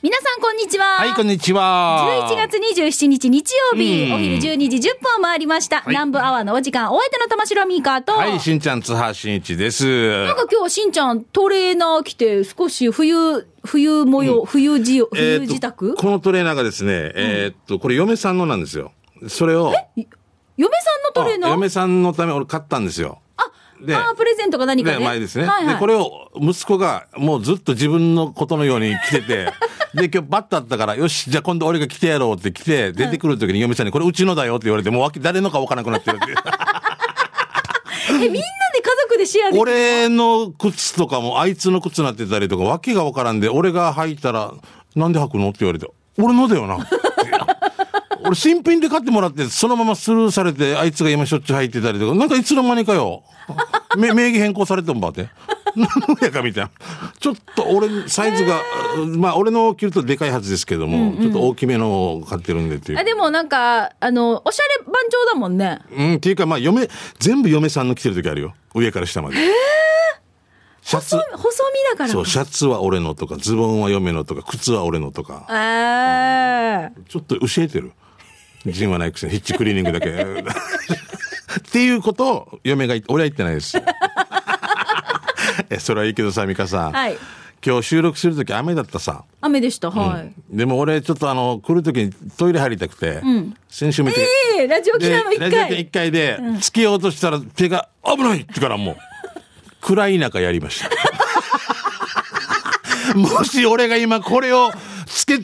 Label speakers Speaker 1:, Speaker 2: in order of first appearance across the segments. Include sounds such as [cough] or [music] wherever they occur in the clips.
Speaker 1: 皆さんこんにちは。
Speaker 2: はい、こんにちは。
Speaker 1: 11月27日日曜日、
Speaker 2: うん
Speaker 1: お昼12時10分を回りました。
Speaker 2: い
Speaker 1: 南部アワーのお時間、お相手の玉城ミーカーと、
Speaker 2: はい、しんちゃん、津波しんいちです。
Speaker 1: なんか今日はしんちゃんトレーナー着て少し冬、冬模様、冬じ、冬自
Speaker 2: えー
Speaker 1: 宅
Speaker 2: っとこのトレーナーがですね、えーっと、これ嫁さんのなんですよ。それを、
Speaker 1: 嫁さんのトレーナ
Speaker 2: あ
Speaker 1: ー
Speaker 2: 嫁さんのため俺買ったんですよ。
Speaker 1: あ、
Speaker 2: で
Speaker 1: あープレゼントか何か
Speaker 2: ね、
Speaker 1: で。
Speaker 2: 前ですね、
Speaker 1: はいはい、
Speaker 2: で、これを息子がもうずっと自分のことのように着て [laughs] て、で、今日バッとあったから、よし、じゃあ今度俺が着てやろうって着て、出てくる時に嫁さんに、これうちのだよって言われて、もうわけ誰のかわからなくなってるっていう
Speaker 1: え、みんなで家族でシェアできる
Speaker 2: 俺の靴とかもあいつの靴になってたりとか、わけがわからんで、俺が履いたら、なんで履くのって言われて、俺のだよな。 [laughs] って俺新品で買ってもらって、そのままスルーされて、あいつが今しょっちゅう履いてたりとか、なんかいつの間にかよ。め名義変更されてもばって。なんやかみたいな。ちょっと俺、サイズが、まあ俺の着るとでかいはずですけども、ちょっと大きめのを買ってるんでっていう
Speaker 1: あ。でもなんか、あの、おしゃれ番長だもんね。
Speaker 2: うん、っていうか、まあ、嫁、全部嫁さんの着てる時あるよ。上から下まで。シャツ
Speaker 1: 細、細身だから。
Speaker 2: そう、シャツは俺のとか、ズボンは嫁のとか、靴は俺のとか、
Speaker 1: え
Speaker 2: ちょっと教えてる。ジンはないくせに、ヒッチクリーニングだけ。っていうことを、嫁が言って、俺は言ってないです。 [laughs] え、それはいいけどさ、美香さん。
Speaker 1: はい
Speaker 2: 今日収録するとき雨だったさ。
Speaker 1: 雨でした、はい。
Speaker 2: でも俺、ちょっとあの、来るときにトイレ入りたくて、先週見て。
Speaker 1: ええラジオ機
Speaker 2: で
Speaker 1: 能の一
Speaker 2: ラジオ局
Speaker 1: 回
Speaker 2: 一。回で、つけようとしたら手が危ないってからもう、暗い中やりました。 [laughs] もし俺が今これをつけ、う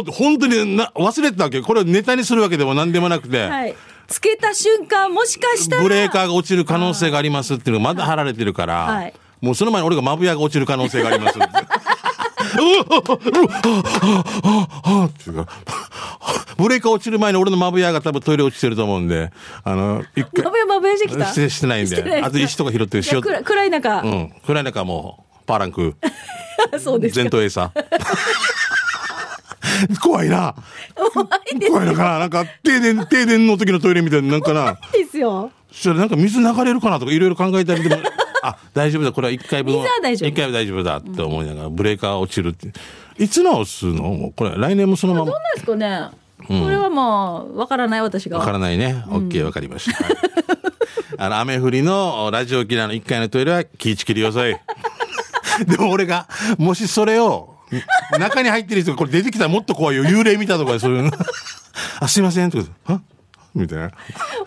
Speaker 2: お本当にな忘れてたわけよ。これをネタにするわけでも何でもなくて、
Speaker 1: はい。つけた瞬間、もしかしたら。
Speaker 2: ブレーカーが落ちる可能性がありますっていうのがまだ貼られてるから、
Speaker 1: はい
Speaker 2: もうその前に俺がマブヤが落ちる可能性がありますって。 [laughs] うわうわうわああああっていうか [laughs] ブレーカー落ちる前に俺のマブヤが多分トイレ落ちてると思うんで、あの、一回
Speaker 1: まぶやまぶやしてきた。
Speaker 2: してしてないん
Speaker 1: してない
Speaker 2: で。あと石とか拾ってる
Speaker 1: いや
Speaker 2: 塩。
Speaker 1: 暗い暗い中
Speaker 2: う。ん。暗い中もう、パーランク、
Speaker 1: そうです
Speaker 2: 前
Speaker 1: か。
Speaker 2: 頭
Speaker 1: [laughs]
Speaker 2: エサ。怖いな。
Speaker 1: 怖いで
Speaker 2: 怖いのかな。なんか、停電、停電の時のトイレみたいな、なんかな。
Speaker 1: すよ。
Speaker 2: そしたらなんか水流れるかなとかいろいろ考えたりでも、あ、大丈夫だ。これは一回分。
Speaker 1: 水は大丈夫
Speaker 2: 一回は大丈夫だって思いながら、ブレーカー落ちるって。いつ直すのもうこれ、来年もそのまま
Speaker 1: どう。なんですかね。これはまあ、わからない私が。
Speaker 2: わからないね。オッケー、わかりました。はいあの、雨降りのラジオキラーの1階のトイレは気ぃちきりよ
Speaker 1: [laughs]
Speaker 2: さい。でも俺が、もしそれを、中に入ってる人がこれ出てきたらもっと怖いよ。幽霊見たとかでそういうの。 [laughs] あ、すいません。とか、はみたいな。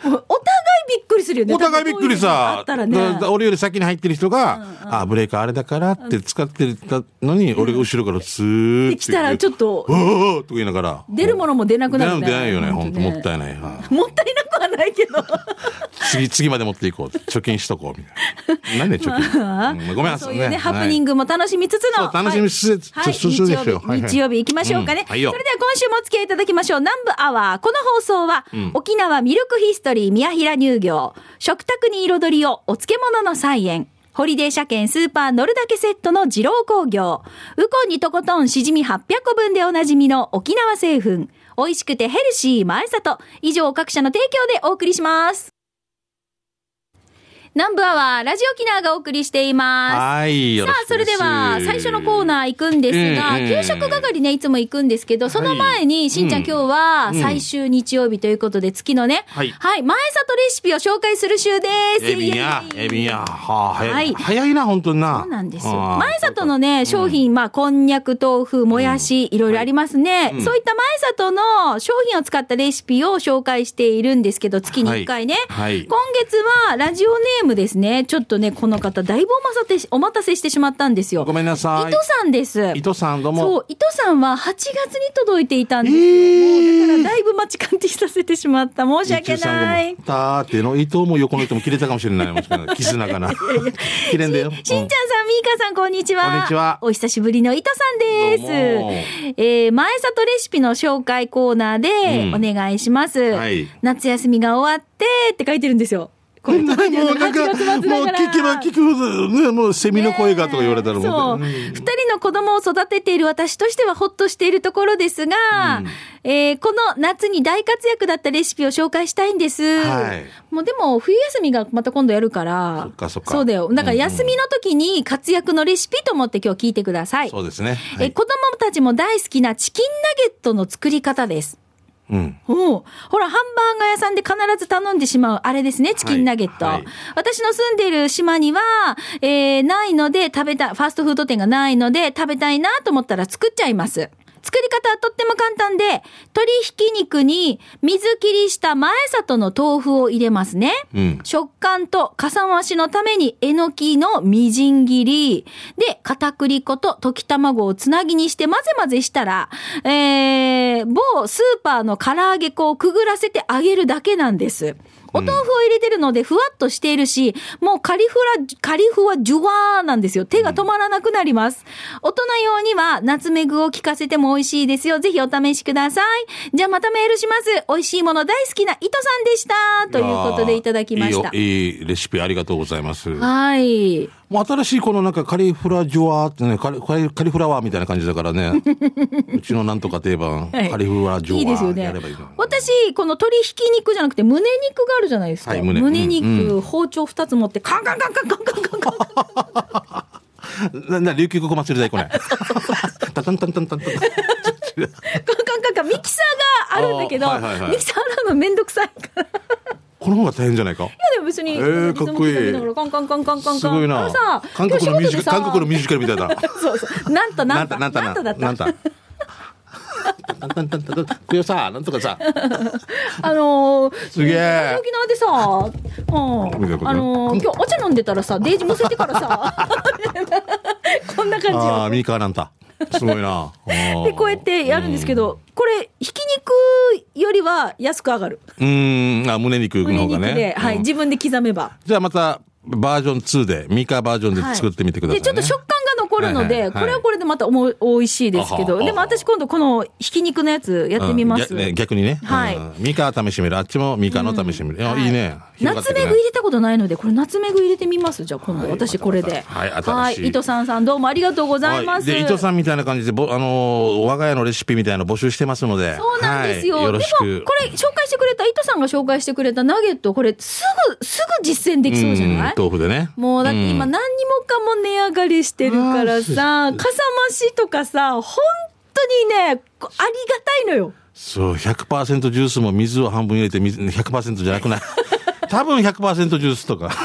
Speaker 1: もうお互いびっくりするよね。
Speaker 2: お互いびっくりさ、
Speaker 1: あったらね。
Speaker 2: だだ俺より先に入ってる人が、あ、ブレーカーあれだからって使ってたのに、俺が後ろからスーって。
Speaker 1: できたらちょっと
Speaker 2: おーおーおーとか言いながら。
Speaker 1: 出るものも出なくなるね
Speaker 2: 出ないよね。
Speaker 1: ほ
Speaker 2: ほ
Speaker 1: ん
Speaker 2: ん
Speaker 1: と
Speaker 2: と
Speaker 1: ね
Speaker 2: もったいない。はい
Speaker 1: もったいなくはないけど。
Speaker 2: 次、次まで持っていこう。貯金しとこう。みたいな。なんで貯金、うんごめんな
Speaker 1: そ
Speaker 2: さ
Speaker 1: う
Speaker 2: い
Speaker 1: いう
Speaker 2: ね。
Speaker 1: ね、ハプニン
Speaker 2: グ。
Speaker 1: グも楽しみつつの。
Speaker 2: そう楽しみつつ
Speaker 1: はい、はい
Speaker 2: そう
Speaker 1: 日
Speaker 2: そうで
Speaker 1: 曜
Speaker 2: すよはい
Speaker 1: 日、
Speaker 2: はい
Speaker 1: 日曜日行きましょうかね。
Speaker 2: うんはいよ
Speaker 1: それでは今週もお付き合いいただきましょう。南部アワー。この放送は、沖縄ミルクヒストリー宮平乳業、食卓に彩りをお漬物の菜園。ホリデー車検スーパー乗るだけセットの二郎工業。ウコンにとことんしじみ800個分でおなじみの沖縄製粉。美味しくてヘルシー前里。以上各社の提供でお送りします。南部アワー、ラジオキナーがお送りしています。
Speaker 2: はい。よ
Speaker 1: さ
Speaker 2: ろ
Speaker 1: あ、
Speaker 2: し
Speaker 1: そ
Speaker 2: く
Speaker 1: れ
Speaker 2: です
Speaker 1: では最初のコーナー行くんですが、
Speaker 2: ええ
Speaker 1: 給食係ね、いつも行くんですけど、その前に、しんちゃん、
Speaker 2: うん
Speaker 1: 今日は
Speaker 2: うん
Speaker 1: 最終日曜日ということで、月のね、は、
Speaker 2: はいい
Speaker 1: 前里レシピを紹介する週です。
Speaker 2: エビや、
Speaker 1: イエイ
Speaker 2: エビや。はあ、
Speaker 1: は
Speaker 2: 早
Speaker 1: い
Speaker 2: い。早いな、本当にな。
Speaker 1: そうなんですよ。
Speaker 2: あー
Speaker 1: 前里のね、商品、まあ、こんにゃく、豆腐、もやし、いろいろありますね、
Speaker 2: うん
Speaker 1: そういった前里の商品を使ったレシピを紹介しているんですけど、月に1回ね。
Speaker 2: はいはい
Speaker 1: 今月は、ラジオネームですね。ちょっとね、この方、だいぶお待たせしお待たせしてしまったんですよ。
Speaker 2: ごめんなさい。
Speaker 1: 糸さんです。
Speaker 2: 糸さん、どうも。
Speaker 1: そう、糸さんは8月に届いていたんですよ。
Speaker 2: えー
Speaker 1: もうだからだいぶ待ち感じさせてしまった。申し訳ない。
Speaker 2: たーっての伊藤も横の人も切れたかもしれない。もし
Speaker 1: [laughs]
Speaker 2: かしたら絆かな。切れんだよ。
Speaker 1: しんちゃんさん、みーかさん、こんにちは。
Speaker 2: こんにちは
Speaker 1: お久しぶりの糸さんです
Speaker 2: どうも。
Speaker 1: えー、前里レシピの紹介コーナーでお願いします。
Speaker 2: はい
Speaker 1: 夏休みが終わってって書いてるんですよ。こういうとこで
Speaker 2: もうなんか、も
Speaker 1: 8
Speaker 2: う
Speaker 1: 月末だから
Speaker 2: 聞けば聞くほど、ね、もうセミの声がとか言われたらもう、
Speaker 1: ねえそう。二、人の子供を育てている私としてはほっとしているところですが、えーこの夏に大活躍だったレシピを紹介したいんです。
Speaker 2: はい
Speaker 1: もうでも冬休みがまた今度やるから、
Speaker 2: そっかそっか
Speaker 1: うだよ。だから休みの時に活躍のレシピと思って今日聞いてください。
Speaker 2: そうですね。は
Speaker 1: え
Speaker 2: い
Speaker 1: ー子供たちも大好きなチキンナゲットの作り方です。
Speaker 2: うん。
Speaker 1: おうほら、ハンバーガー屋さんで必ず頼んでしまう、あれですね、チキンナゲット。
Speaker 2: はいはい
Speaker 1: 私の住んでる島には、えー、ないので食べたい、ファーストフード店がないので食べたいなと思ったら作っちゃいます。作り方はとっても簡単で、鶏ひき肉に水切りした前里の豆腐を入れますね。
Speaker 2: うん。
Speaker 1: 食感とかさ増しのためにえのきのみじん切り。で、片栗粉と溶き卵をつなぎにして混ぜ混ぜしたら、えー、某スーパーの唐揚げ粉をくぐらせて揚げるだけなんです。お豆腐を入れてるのでふわっとしているし、もうカリフラ、カリフはジュワーなんですよ。手が止まらなくなります。大人用にはナツメグを効かせても美味しいですよ。ぜひお試しください。じゃあまたメールします。美味しいもの大好きな糸さんでした。ということでいただきました。
Speaker 2: いいよいいレシピありがとうございます。
Speaker 1: はい。
Speaker 2: もう新しいこのなんかカリフラジュワーってね、カリカリカリフラワーみたいな感じだか
Speaker 1: [laughs]
Speaker 2: らね。うちのなんとか定番、
Speaker 1: はい
Speaker 2: カリフラジュ
Speaker 1: いいで
Speaker 2: ワ
Speaker 1: すよ
Speaker 2: ー
Speaker 1: ね
Speaker 2: やればいいの。。
Speaker 1: 私、この鶏ひき肉じゃなくて、胸肉があるじゃないですか。
Speaker 2: はい
Speaker 1: 胸
Speaker 2: 胸
Speaker 1: 肉、
Speaker 2: う
Speaker 1: 包丁2つ持って、カンカンカンカンカンカンカンカンカン。
Speaker 2: な、な、琉球国祭り大来ない。タタンタンタンタンタン。
Speaker 1: カンカンカンカンミキサーがあるんだけど、
Speaker 2: あーはいはいはい
Speaker 1: ミキサー洗うのめんどくさいから。い
Speaker 2: この方が大変じゃないか。
Speaker 1: やでも別に、
Speaker 2: えーかっこいい
Speaker 1: リズム刻みながらカンカンカンカンカンカン。
Speaker 2: すごい
Speaker 1: あ
Speaker 2: な
Speaker 1: のさ。、
Speaker 2: 韓国のミュージカル、韓国のミュー
Speaker 1: ジ
Speaker 2: ジカルみたいだ。
Speaker 1: カル。そうそう。なんとな
Speaker 2: なんん
Speaker 1: と。
Speaker 2: た、なんた
Speaker 1: なんとだ
Speaker 2: な、
Speaker 1: っ
Speaker 2: なん
Speaker 1: た。
Speaker 2: た。タンタンタンタンタン。これさ、なんとかさ。
Speaker 1: あのー、
Speaker 2: すげえ
Speaker 1: 沖縄でさ、
Speaker 2: みたいな
Speaker 1: う
Speaker 2: こ
Speaker 1: ん。
Speaker 2: と
Speaker 1: あのー、今日お茶飲んでたらさ、デージむせてからさ、 [laughs] こんな感じよ
Speaker 2: ああ、ミーカーなんた。すごいな。
Speaker 1: でこうやってやるんですけど、これひき肉よりは安く上がる
Speaker 2: うーん、あ、胸肉の
Speaker 1: 胸
Speaker 2: 方が
Speaker 1: 肉で、
Speaker 2: ね。
Speaker 1: はい、
Speaker 2: うん
Speaker 1: 自分で刻めば、
Speaker 2: じゃあまた、バージョン2で、ミーカーバージョンで
Speaker 1: はい
Speaker 2: 作ってみてくださいね。
Speaker 1: でちょっと食感が残るので、
Speaker 2: はいはいはい
Speaker 1: これはこれでまたおも美味しいですけ
Speaker 2: あは
Speaker 1: ど
Speaker 2: は
Speaker 1: でも私今度このひき肉のやつやってみます、
Speaker 2: うん逆ね逆にね。
Speaker 1: はい
Speaker 2: うんミカ試してみる。あっちもミカの試してみる。いやいいね。
Speaker 1: ナツメグ入れたことないので、これナツメグ入れてみますじゃあ今度、
Speaker 2: はい
Speaker 1: 私これで。
Speaker 2: はい新しい
Speaker 1: 伊藤さんさんどうもありがとうございます。
Speaker 2: はいで、伊藤さんみたいな感じで、ぼあのー我が家のレシピみたいなの募集してますので。
Speaker 1: そうなんですよ。
Speaker 2: はい、よろ
Speaker 1: で
Speaker 2: し
Speaker 1: も、こ
Speaker 2: く。
Speaker 1: れ、紹介してくれた、伊藤さんが紹介してくれたナゲット、これ、すぐ、すぐ実践できそうじゃない
Speaker 2: ん豆腐でね。
Speaker 1: もうだって今
Speaker 2: ん
Speaker 1: 何にもかも値上がりしてるからさ、かさ増しとかさ、本当にね、こありがたいのよ。
Speaker 2: そう、100%ジュースも水を半分入れて、水100%じゃな
Speaker 1: [laughs]
Speaker 2: くない。多分100%ジュースとか。
Speaker 1: か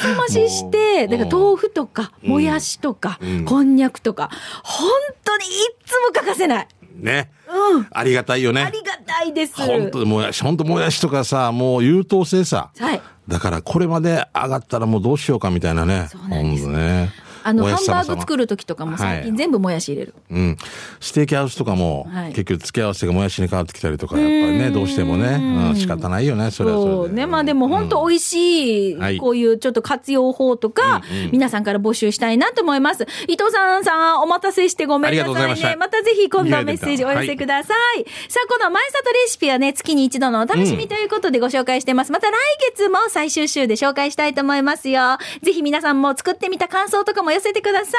Speaker 1: さ増しして、
Speaker 2: も
Speaker 1: だか
Speaker 2: う
Speaker 1: ら豆腐とか、もやしとか、こんにゃくとか、本当にいつも欠かせない。
Speaker 2: ね。うん。ありがたいよね。
Speaker 1: ありがたいです。
Speaker 2: 本当もやし、本当もやしとかさ、もう優等生さ。
Speaker 1: はい。
Speaker 2: だからこれまで上がったらもうどうしようかみたいなね。
Speaker 1: そうなんです
Speaker 2: ほとね。
Speaker 1: あの、
Speaker 2: も
Speaker 1: ハ
Speaker 2: やし
Speaker 1: ン
Speaker 2: 様々
Speaker 1: バーグ作る時とかも最
Speaker 2: は
Speaker 1: 近
Speaker 2: い
Speaker 1: 全部もやし入れる。
Speaker 2: うん。ステーキハウスとかも、
Speaker 1: はい
Speaker 2: 結局付け合わせがもやしに変わってきたりとか、やっぱりね、どうしてもね、うん、仕方ないよね、それはそれで。
Speaker 1: そうね。まあでも本当美味しい、
Speaker 2: はい
Speaker 1: こういうちょっと活用法とか、皆さんから募集したいなと思います。伊藤さんさん、お待たせしてごめんな
Speaker 2: ありがとうござ
Speaker 1: さ
Speaker 2: い
Speaker 1: い
Speaker 2: ま
Speaker 1: ね。
Speaker 2: し
Speaker 1: ま
Speaker 2: た
Speaker 1: たぜひ今度メッセージお寄せください。さあ、この前里レシピはね、月に一度のお楽しみということでご紹介してます。また来月も最終週で紹介したいと思いますよ。ぜひ皆さんも作ってみた感想とかも寄せてくださ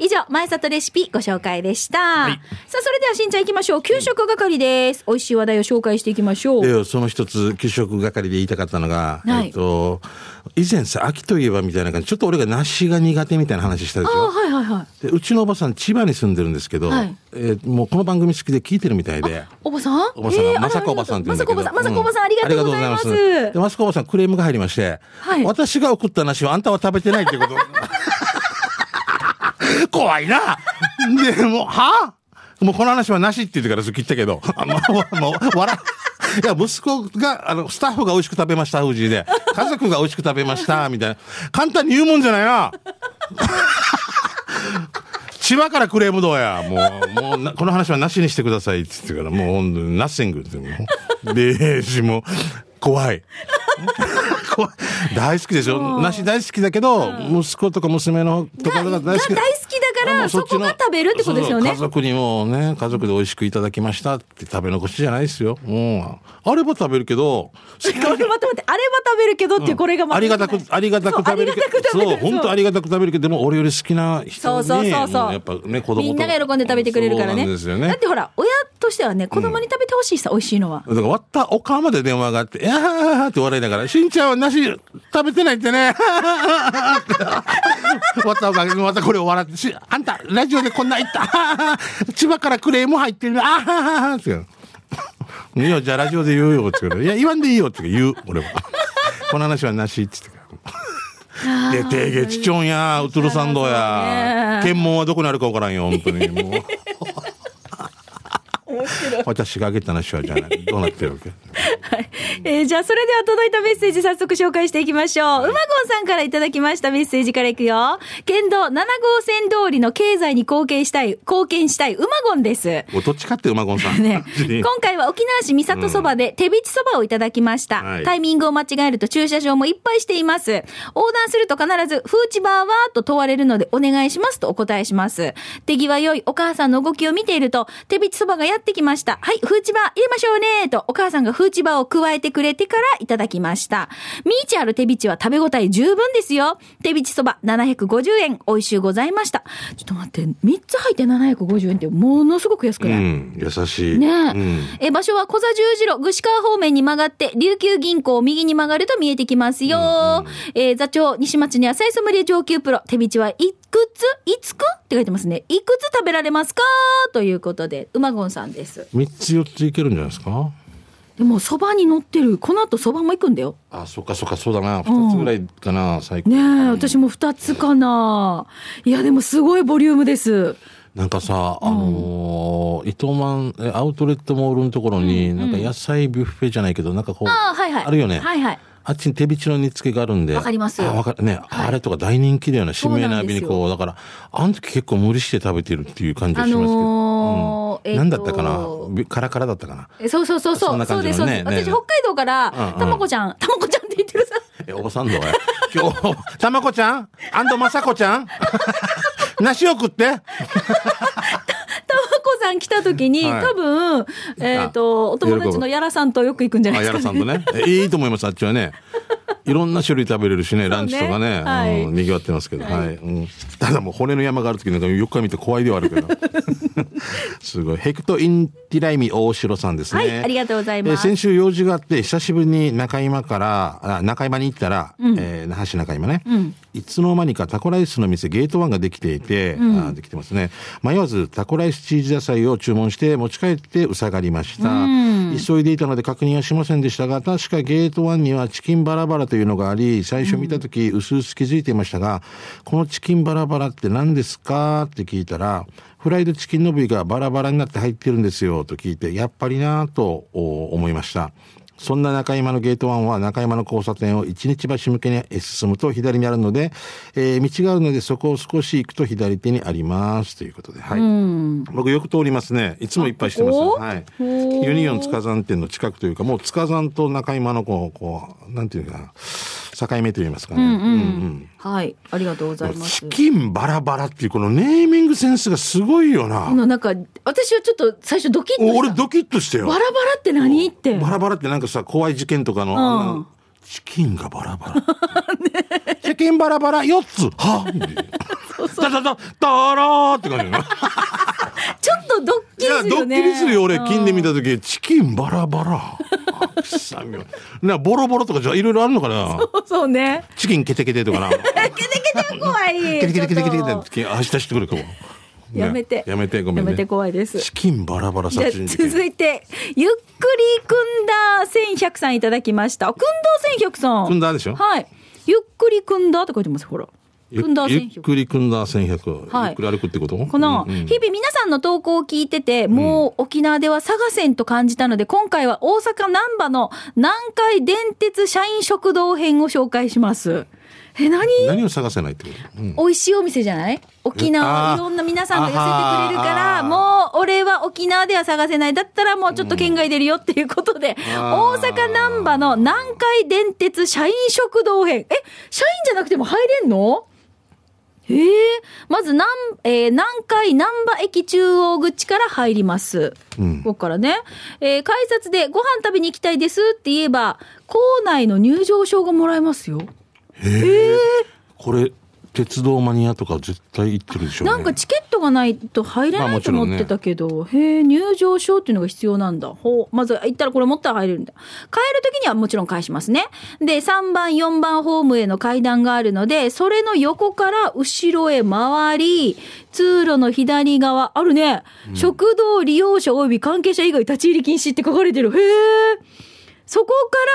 Speaker 1: い。以上、前里レシピご紹介でした。さあ、それではしんちゃん行きましょう。給食係です。美味しい話題を紹介していきましょう。
Speaker 2: で、その一つ、給食係で言いたかったのが、
Speaker 1: はい
Speaker 2: えっと、以前さ、秋といえばみたいな感じ、ちょっと俺が梨が苦手みたいな話したでし
Speaker 1: ああ、
Speaker 2: ょ。
Speaker 1: はいはいはい。
Speaker 2: でうちのおばさん、千葉に住んでるんですけど、
Speaker 1: はい
Speaker 2: えーもうこの番組好きで聞いてるみたいで。
Speaker 1: おばさん
Speaker 2: おばさん
Speaker 1: えー
Speaker 2: が、まさかおばさんって言うんだけど。
Speaker 1: まさかおばさん、まさかおばさん、ありがとうございます。
Speaker 2: ありがとうございますで、まさかおばさんクレームが入りまして、
Speaker 1: はい
Speaker 2: 私が送った梨はあんたは食べてないってこと。 [laughs] 怖いな。で、もう、はもうこの話はなしって言ってからすぐ切ったけど、あもう、もう、笑いや、息子が、あの、スタッフが美味しく食べました、藤井で。家族が美味しく食べました、みたいな。簡単に言うもんじゃないな。千葉からクレームどうや。もう、もうな、この話はなしにしてくださいって言ってから、もう本当に、ナッシングってもう。で、しもう、怖い。 [laughs] 怖い大好きでしょ梨大好きだけど、息子とか娘のとかが
Speaker 1: が
Speaker 2: 大好き
Speaker 1: が
Speaker 2: だ
Speaker 1: 大好きだかから、
Speaker 2: もう
Speaker 1: そ
Speaker 2: っち
Speaker 1: こ
Speaker 2: の
Speaker 1: が食べるってことですよね
Speaker 2: そう。そう家族にもね、家族で美味しくいただきましたって食べ残しじゃないですよ。うん。あれば食べるけど、しっか
Speaker 1: [laughs] 待っ
Speaker 2: り
Speaker 1: て待って、あれば食べるけどって、これがま
Speaker 2: あ
Speaker 1: た
Speaker 2: り
Speaker 1: 良
Speaker 2: が
Speaker 1: くな
Speaker 2: た
Speaker 1: い
Speaker 2: く、ありがたく食べるけど、
Speaker 1: そうありがたく食べる
Speaker 2: そう、本当ありがたく食べるけど、でも俺より好きな
Speaker 1: そ
Speaker 2: 人
Speaker 1: う
Speaker 2: に、
Speaker 1: そうそうそう、
Speaker 2: もやっぱね、子供と
Speaker 1: みんなが喜んで食べてくれるからね
Speaker 2: そうなんですよね。
Speaker 1: だってほら親としてはね子供に食べてほしいさ、美味しいのは
Speaker 2: だから割ったお母まで電話があって、いやーって笑いながら、しんちゃんはなし、食べてないってね。終わったおかげで、またこれを笑って、しあんた、ラジオでこんな言った。 [laughs] 千葉からクレーム入ってる。あはははって言う [laughs] の。いいよ、じゃあラジオで言うよって言うの。いや、言わんでいいよって言う、俺は。 [laughs] この話はなしって言ってから。で、てげちちょんや、うつるさんどや、
Speaker 1: そうね
Speaker 2: 検問はどこにあるかわからんよ、本
Speaker 1: [laughs]
Speaker 2: 当に。もう
Speaker 1: 面白い、
Speaker 2: 私が挙げた話はじゃない。どうなってるわけ
Speaker 1: えーじゃあそれでは届いたメッセージ早速紹介していきましょう、うまごんさんからいただきましたメッセージからいくよ県道7号線通りの経済に貢献したい貢献したいうまごんです
Speaker 2: おどっちかって馬ゴンさん。、
Speaker 1: ね
Speaker 2: [laughs]
Speaker 1: 今回は沖縄市三郷そばで手びちそばをいただきました、
Speaker 2: はい
Speaker 1: タイミングを間違えると駐車場もいっぱいしています横断すると必ず「フーチバーは?」と問われるのでお願いしますとお答えします手際良いお母さんの動きを見ていると手びちそばがやってきましたはいフーチバー入れましょうねとお母さんがフーチバーを加えてくれてからいただきましたミーチある手びちは食べ応え十分ですよ手びちそば750円美味しゅうございましたちょっと待って3つ入って750円ってものすごく安くない、
Speaker 2: うん、優しい。
Speaker 1: ねえ
Speaker 2: うん。
Speaker 1: え場所は小座十字路、串川方面に曲がって、琉球銀行を右に曲がると見えてきますよ。えー座長、西町に野菜ソムリエ上級プロ、手道はいくつ、いつくって書いてますね。いくつ食べられますかということで、馬ゴンさんです。
Speaker 2: 三つ四ついけるんじゃないですか。
Speaker 1: でも、そばに乗ってる。この後、そばも行くんだよ。
Speaker 2: あ、そっか、そっか、そうだな、二つぐらいかな、最高。
Speaker 1: ねえ、私も二つかな。いや、でも、すごいボリュームです。
Speaker 2: なんかさ、あのー、糸満、えアウトレットモールのところに、なんか野菜ビュッフェじゃないけど、なんかこう。
Speaker 1: ああ、はいはい。
Speaker 2: あるよね。
Speaker 1: はいはい。
Speaker 2: あっちに手びちの煮付けがあるんで。
Speaker 1: わかります
Speaker 2: あ、わかる。ね、あれとか大人気だよね。し
Speaker 1: そう
Speaker 2: め
Speaker 1: な
Speaker 2: なんび
Speaker 1: です
Speaker 2: に
Speaker 1: よ
Speaker 2: こう、だから、あの時結構無理して食べてるっていう感じが
Speaker 1: あ
Speaker 2: しますけど。
Speaker 1: のー、えっと
Speaker 2: なんだったかなびカラカラだったかな
Speaker 1: えそうそうそうそ
Speaker 2: そん
Speaker 1: う、
Speaker 2: な
Speaker 1: そ
Speaker 2: 感
Speaker 1: う
Speaker 2: じの
Speaker 1: で
Speaker 2: ね
Speaker 1: すそうです、私北
Speaker 2: ね
Speaker 1: 海道から
Speaker 2: うんうん
Speaker 1: たまこちゃんたまこちゃんって言ってるさ
Speaker 2: え、おばさんのおい今日、 [laughs] たまこちゃん安藤まさこちゃん [laughs] 梨を食って
Speaker 1: たまこさん来た時に、
Speaker 2: はい
Speaker 1: 多分えっ、とお友達
Speaker 2: 喜
Speaker 1: の
Speaker 2: ぶ
Speaker 1: やらさんとよく行くんじゃない
Speaker 2: あ、
Speaker 1: です
Speaker 2: や
Speaker 1: か、
Speaker 2: ら
Speaker 1: ね、
Speaker 2: さんとね。 [laughs] えいいと思います、あっちはね。いろんな種類食べれるしね、ランチとかね、
Speaker 1: はい
Speaker 2: うん、賑わってますけど、はい、うん。ただもう骨の山がある時なんかよく見て怖いではあるけど。 [laughs] すごい。ヘクトインティライミ大城さんですね。
Speaker 1: はいありがとうございます
Speaker 2: えー先週用事があって、久しぶりに中今から、あ中今に行ったら、えー那覇市中今ね、いつの間にかタコライスの店ゲートワンができていて、あーできてますね。迷わずタコライスチーズ野菜を注文して持ち帰ってうさがりました。急いでいたので確認はしませんでしたが、確かゲートワンにはチキンバラバラというのがあり、最初見た時、うすうす気づいていましたが、このチキンバラバラって何ですかって聞いたら、フライドチキンの部位がバラバラになって入ってるんですよと聞いて、やっぱりなぁとお思いました。そんな中山のゲートワンは中山の交差点を一日橋向けに進むと左にあるので、えー道があるのでそこを少し行くと左手にありますということで、はい。僕よく通りますね。いつもいっぱいしてます。
Speaker 1: あここ
Speaker 2: はい。
Speaker 1: ほう
Speaker 2: ユニオン塚山店の近くというか、もう塚山と中山のこう、こう、なんていうかな、境目といいますかね。うんうん
Speaker 1: はいありがとうございます
Speaker 2: チキンバラバラっていうこのネーミングセンスがすごいよな。
Speaker 1: あのなんか私はちょっと最初ドキッと
Speaker 2: お俺
Speaker 1: した
Speaker 2: ドキッとしたよ。
Speaker 1: バラバラって何って
Speaker 2: バラバラってなんかさ、怖い事件とかの、あんなチキンがバラバラ。チキンバラバラ4つはぁだだだ、だらーって感じだな。
Speaker 1: ちょっとドッ
Speaker 2: い
Speaker 1: キリ
Speaker 2: や、
Speaker 1: する
Speaker 2: ド
Speaker 1: よ
Speaker 2: ッ
Speaker 1: ね
Speaker 2: キリするよ、俺、
Speaker 1: うん
Speaker 2: 金で見たとき、チキンバラバラ。あくさみはな、ボロボロとかじゃ、いろいろあるのかな
Speaker 1: そうね
Speaker 2: チキンケテケテとかな。ケ
Speaker 1: ケテケテ怖い
Speaker 2: テケテケテケ
Speaker 1: ち
Speaker 2: テ
Speaker 1: ょっと
Speaker 2: ケテ、明日してくるかも。
Speaker 1: やめて
Speaker 2: ねやめて、ごめんね。
Speaker 1: やめて怖いです
Speaker 2: チキンバラバラ
Speaker 1: じゃあ
Speaker 2: 殺人事件。
Speaker 1: 続いてゆっくりくんだ1100さんいただきましたくんど1100さん
Speaker 2: くんだでしょ
Speaker 1: はいゆっくりくんだって書いてますほら
Speaker 2: ゆ
Speaker 1: くんだ
Speaker 2: ゆっ
Speaker 1: 1100
Speaker 2: くりくんだ1100。
Speaker 1: はい
Speaker 2: ゆっくり歩くってこと
Speaker 1: この、
Speaker 2: うんうん
Speaker 1: 日々皆さんの投稿を聞いてて、もう沖縄では佐賀線と感じたので、今回は大阪難波の南海電鉄社員食堂編を紹介します。え、何
Speaker 2: 何を探せないってことうん
Speaker 1: 美味しいお店じゃない沖縄
Speaker 2: あ
Speaker 1: い
Speaker 2: ー
Speaker 1: ろんな皆さんが寄せてくれるから、
Speaker 2: あー
Speaker 1: もう俺は沖縄では探せない。だったらもうちょっと県外出るよっていうことで、大
Speaker 2: あー
Speaker 1: 阪難波の南海電鉄社員食堂編。え、社員じゃなくても入れんのへええまず南、えー南海南波駅中央口から入ります。ここからね。えー改札でご飯食べに行きたいですって言えば、校内の入場証がもらえますよ。
Speaker 2: これ、鉄道マニアとか絶対行ってるでしょうね。
Speaker 1: なんかチケットがないと入れ
Speaker 2: まあ
Speaker 1: な
Speaker 2: も
Speaker 1: い
Speaker 2: ち
Speaker 1: と
Speaker 2: ろん
Speaker 1: 思
Speaker 2: ね
Speaker 1: ってたけど、へえ、入場証っていうのが必要なんだ。ほう。まず、行ったらこれ持ったら入れるんだ。帰るときにはもちろん返しますね。で、3番、4番ホームへの階段があるので、それの横から後ろへ回り、通路の左側、あるね、食堂利用者及び関係者以外立ち入り禁止って書かれてる。へえ。そこか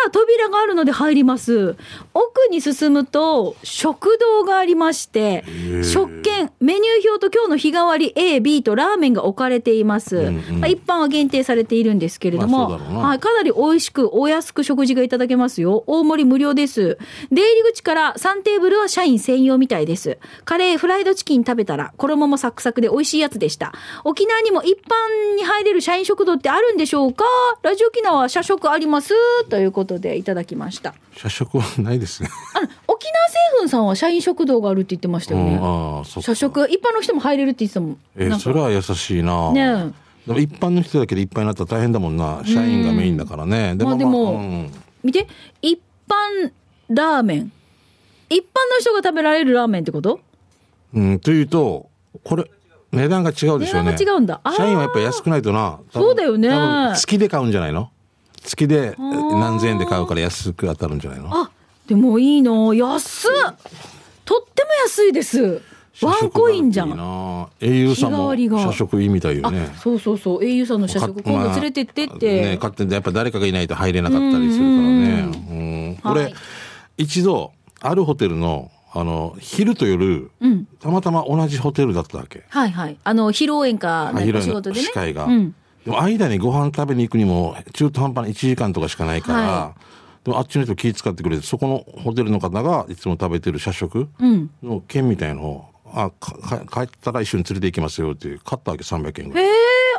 Speaker 1: ら扉があるので入ります。奥に進むと食堂がありまして、食券、メニュー表と今日の日替わり A、B とラーメンが置かれています。
Speaker 2: うんうん
Speaker 1: まあ、一般は限定されているんですけれども、
Speaker 2: まあそうだろうな
Speaker 1: はい、かなり美味しくお安く食事がいただけますよ。大盛り無料です。出入り口から3テーブルは社員専用みたいです。カレー、フライドチキン食べたら衣もサクサクで美味しいやつでした。沖縄にも一般に入れる社員食堂ってあるんでしょうかラジオ沖縄は社食ありますということでいただきました。
Speaker 2: 社食はないですね。
Speaker 1: あの、沖縄製粉さんは社員食堂があるって言ってましたよ
Speaker 2: うん、
Speaker 1: ね。
Speaker 2: ああ、そっか
Speaker 1: 社食、一般の人も入れるって言ってたもん。
Speaker 2: え
Speaker 1: なんか
Speaker 2: それは優しいな。
Speaker 1: ね
Speaker 2: でも一般の人だけでいっぱいになったら大変だもんな。社員がメインだからね。
Speaker 1: まあでも見て一般ラーメン一般の人が食べられるラーメンってこと
Speaker 2: うん、うんというと、これ、値段が違うでしょうね。
Speaker 1: 値段が違うんだあー
Speaker 2: 社員はやっぱ安くないとな。多分
Speaker 1: そうだよね
Speaker 2: 多分月で買うんじゃないの月でえ
Speaker 1: ー
Speaker 2: 何千円で買うから安く当たるんじゃないの
Speaker 1: あでもいいな安っとっても安いですワンコインじゃ
Speaker 2: 社
Speaker 1: ん
Speaker 2: 食なんていいな。英雄さん
Speaker 1: 日替
Speaker 2: も
Speaker 1: わりが
Speaker 2: 社食いいみたいよ
Speaker 1: あ
Speaker 2: ね。
Speaker 1: そうそうそう au さんの社食今度連れてってって、
Speaker 2: ね、勝手にやっぱ誰かがいないと入れなかったりするからね。うん
Speaker 1: はい
Speaker 2: 俺、一度、あるホテルの、あの、昼と夜、
Speaker 1: うん
Speaker 2: たまたま同じホテルだったわけ。
Speaker 1: はいはいあの披露宴かなんか
Speaker 2: 昼
Speaker 1: 仕事でね
Speaker 2: 司会が。
Speaker 1: うん、
Speaker 2: でも、間にご飯食べに行くにも、中途半端な1時間とかしかないから、
Speaker 1: は
Speaker 2: でもあっちの人気使ってくれて、そこのホテルの方がいつも食べてる社食
Speaker 1: うん、
Speaker 2: の券みたいのを、あ、かか帰ったら一緒に連れて行きますよっていう、買ったわけ300円ぐらい
Speaker 1: えー、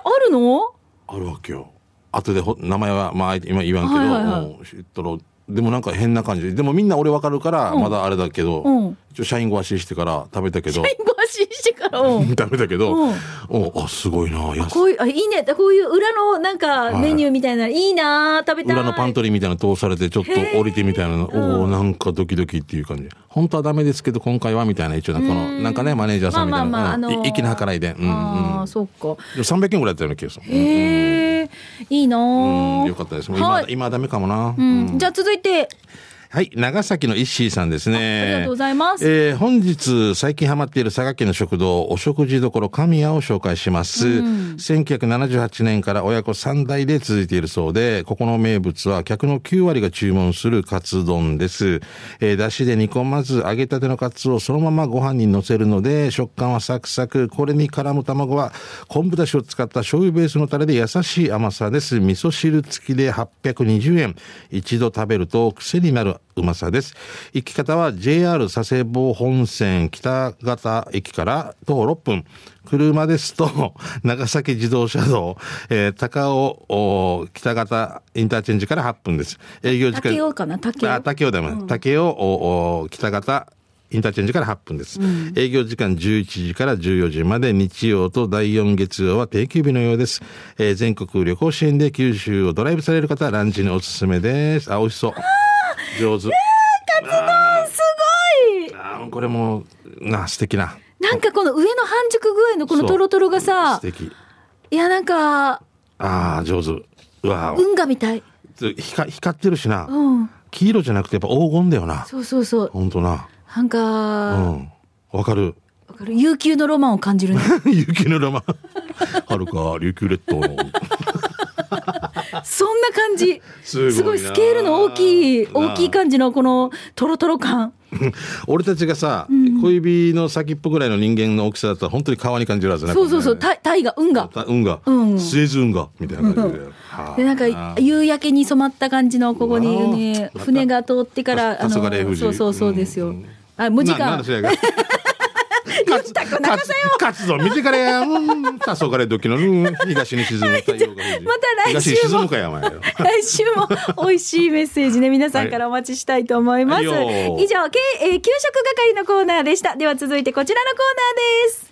Speaker 1: ある [laughs] の
Speaker 2: あるわけよ後でほ名前はまあ今言わんけど、
Speaker 1: はいはいはい
Speaker 2: もう知っとろうでもなんか変な感じででもみんな俺わかるからまだあれだけど、
Speaker 1: うん
Speaker 2: 一応社員ご足してから食べたけど
Speaker 1: ご安心してからうん
Speaker 2: [laughs] 食べたけど、
Speaker 1: うん
Speaker 2: おあすごいな安い
Speaker 1: こういうあいいねこういう裏のなんかメニューみたいな、い、いな食べたい
Speaker 2: 裏のパントリーみたいなの通されてちょっと降りてみたいなの、おおなんかドキドキっていう感じ本当はダメですけど今回はみたいな一応なこのなんかねマネージャーさんみたいな、
Speaker 1: まあまあまあ
Speaker 2: うん
Speaker 1: あのー
Speaker 2: い粋な計らいでうん
Speaker 1: あ
Speaker 2: う
Speaker 1: あ、
Speaker 2: ん
Speaker 1: そっか。
Speaker 2: でも300円ぐらいだったような気がする、うん
Speaker 1: へえ、いいな
Speaker 2: うん
Speaker 1: あ
Speaker 2: よかったですもう今,、
Speaker 1: はい
Speaker 2: 今はダメかもな、
Speaker 1: うん、じゃあ続いて、
Speaker 2: はい、長崎の石井さんですね。
Speaker 1: ありがとうございます
Speaker 2: えー本日、最近ハマっている佐賀県の食堂、お食事処神谷を紹介します。1978年から親子3代で続いているそうで、ここの名物は客の9割が注文するカツ丼です。えー、だしで煮込まず、揚げたてのカツをそのままご飯に乗せるので、食感はサクサク。これに絡む卵は、昆布だしを使った醤油ベースのタレで優しい甘さです。味噌汁付きで820円。一度食べると癖になるうまさです。行き方は JR 佐世保本線北方駅から徒歩6分。車ですと、 [laughs] 長崎自動車道、えー高尾おー北方インターチェンジから8分です。営業時間。
Speaker 1: 竹雄かな竹雄
Speaker 2: あ竹雄だめ、竹雄おお北方インターチェンジから8分です、営業時間11時から14時まで日曜と第4月曜は定休日のようです、えー全国旅行支援で九州をドライブされる方はランチにおすすめですあ美味しそう上手
Speaker 1: すごい
Speaker 2: あーこれもな素敵な
Speaker 1: なんかこの上の半熟具合のこの
Speaker 2: そう
Speaker 1: トロトロが
Speaker 2: 素
Speaker 1: さ、
Speaker 2: 敵
Speaker 1: いやなんか、
Speaker 2: ああ上手うわー
Speaker 1: 運河みたい。
Speaker 2: 光光ってるしな、
Speaker 1: うん。
Speaker 2: 黄色じゃなくてやっぱ黄金だよな
Speaker 1: そうそうそう。
Speaker 2: 本当な
Speaker 1: なんか、
Speaker 2: う
Speaker 1: わ
Speaker 2: んわかる
Speaker 1: かる悠久のロマンを感じ
Speaker 2: [laughs]
Speaker 1: るね。
Speaker 2: 雪のロマン。はるか琉球列島の。
Speaker 1: そんな感じ。
Speaker 2: すごいな
Speaker 1: すごいスケールの大きい、大きい感じのこのトロトロ感。
Speaker 2: 俺たちがさ、小指の先っぽぐらいの人間の大きさだったら本当に川に感じるはずね。
Speaker 1: そうそうそう、
Speaker 2: これね
Speaker 1: タイタイが、運河。
Speaker 2: た運河
Speaker 1: うん
Speaker 2: スエズ運河みたいな感じで。はあ
Speaker 1: でなん
Speaker 2: あ
Speaker 1: か
Speaker 2: あ
Speaker 1: 夕焼けに染まった感じのここに
Speaker 2: うわ
Speaker 1: ね
Speaker 2: ー
Speaker 1: 船が通ってから
Speaker 2: た黄昏富士
Speaker 1: そうそうそうですよ、
Speaker 2: うん
Speaker 1: あ文字
Speaker 2: ななん
Speaker 1: が
Speaker 2: だそれが
Speaker 1: 違
Speaker 2: 勝つ、勝つ、勝つぞ、見てからや、うん、黄昏時
Speaker 1: [laughs]
Speaker 2: の、うん東に沈む太陽が
Speaker 1: また来週も
Speaker 2: 東に沈むかや、お前よ。
Speaker 1: [laughs] 来週も美味しいメッセージね、皆さんからお待ちしたいと思います。
Speaker 2: はいはいよ
Speaker 1: 以上、けえー給食係のコーナーでした。では続いてこちらのコーナーです。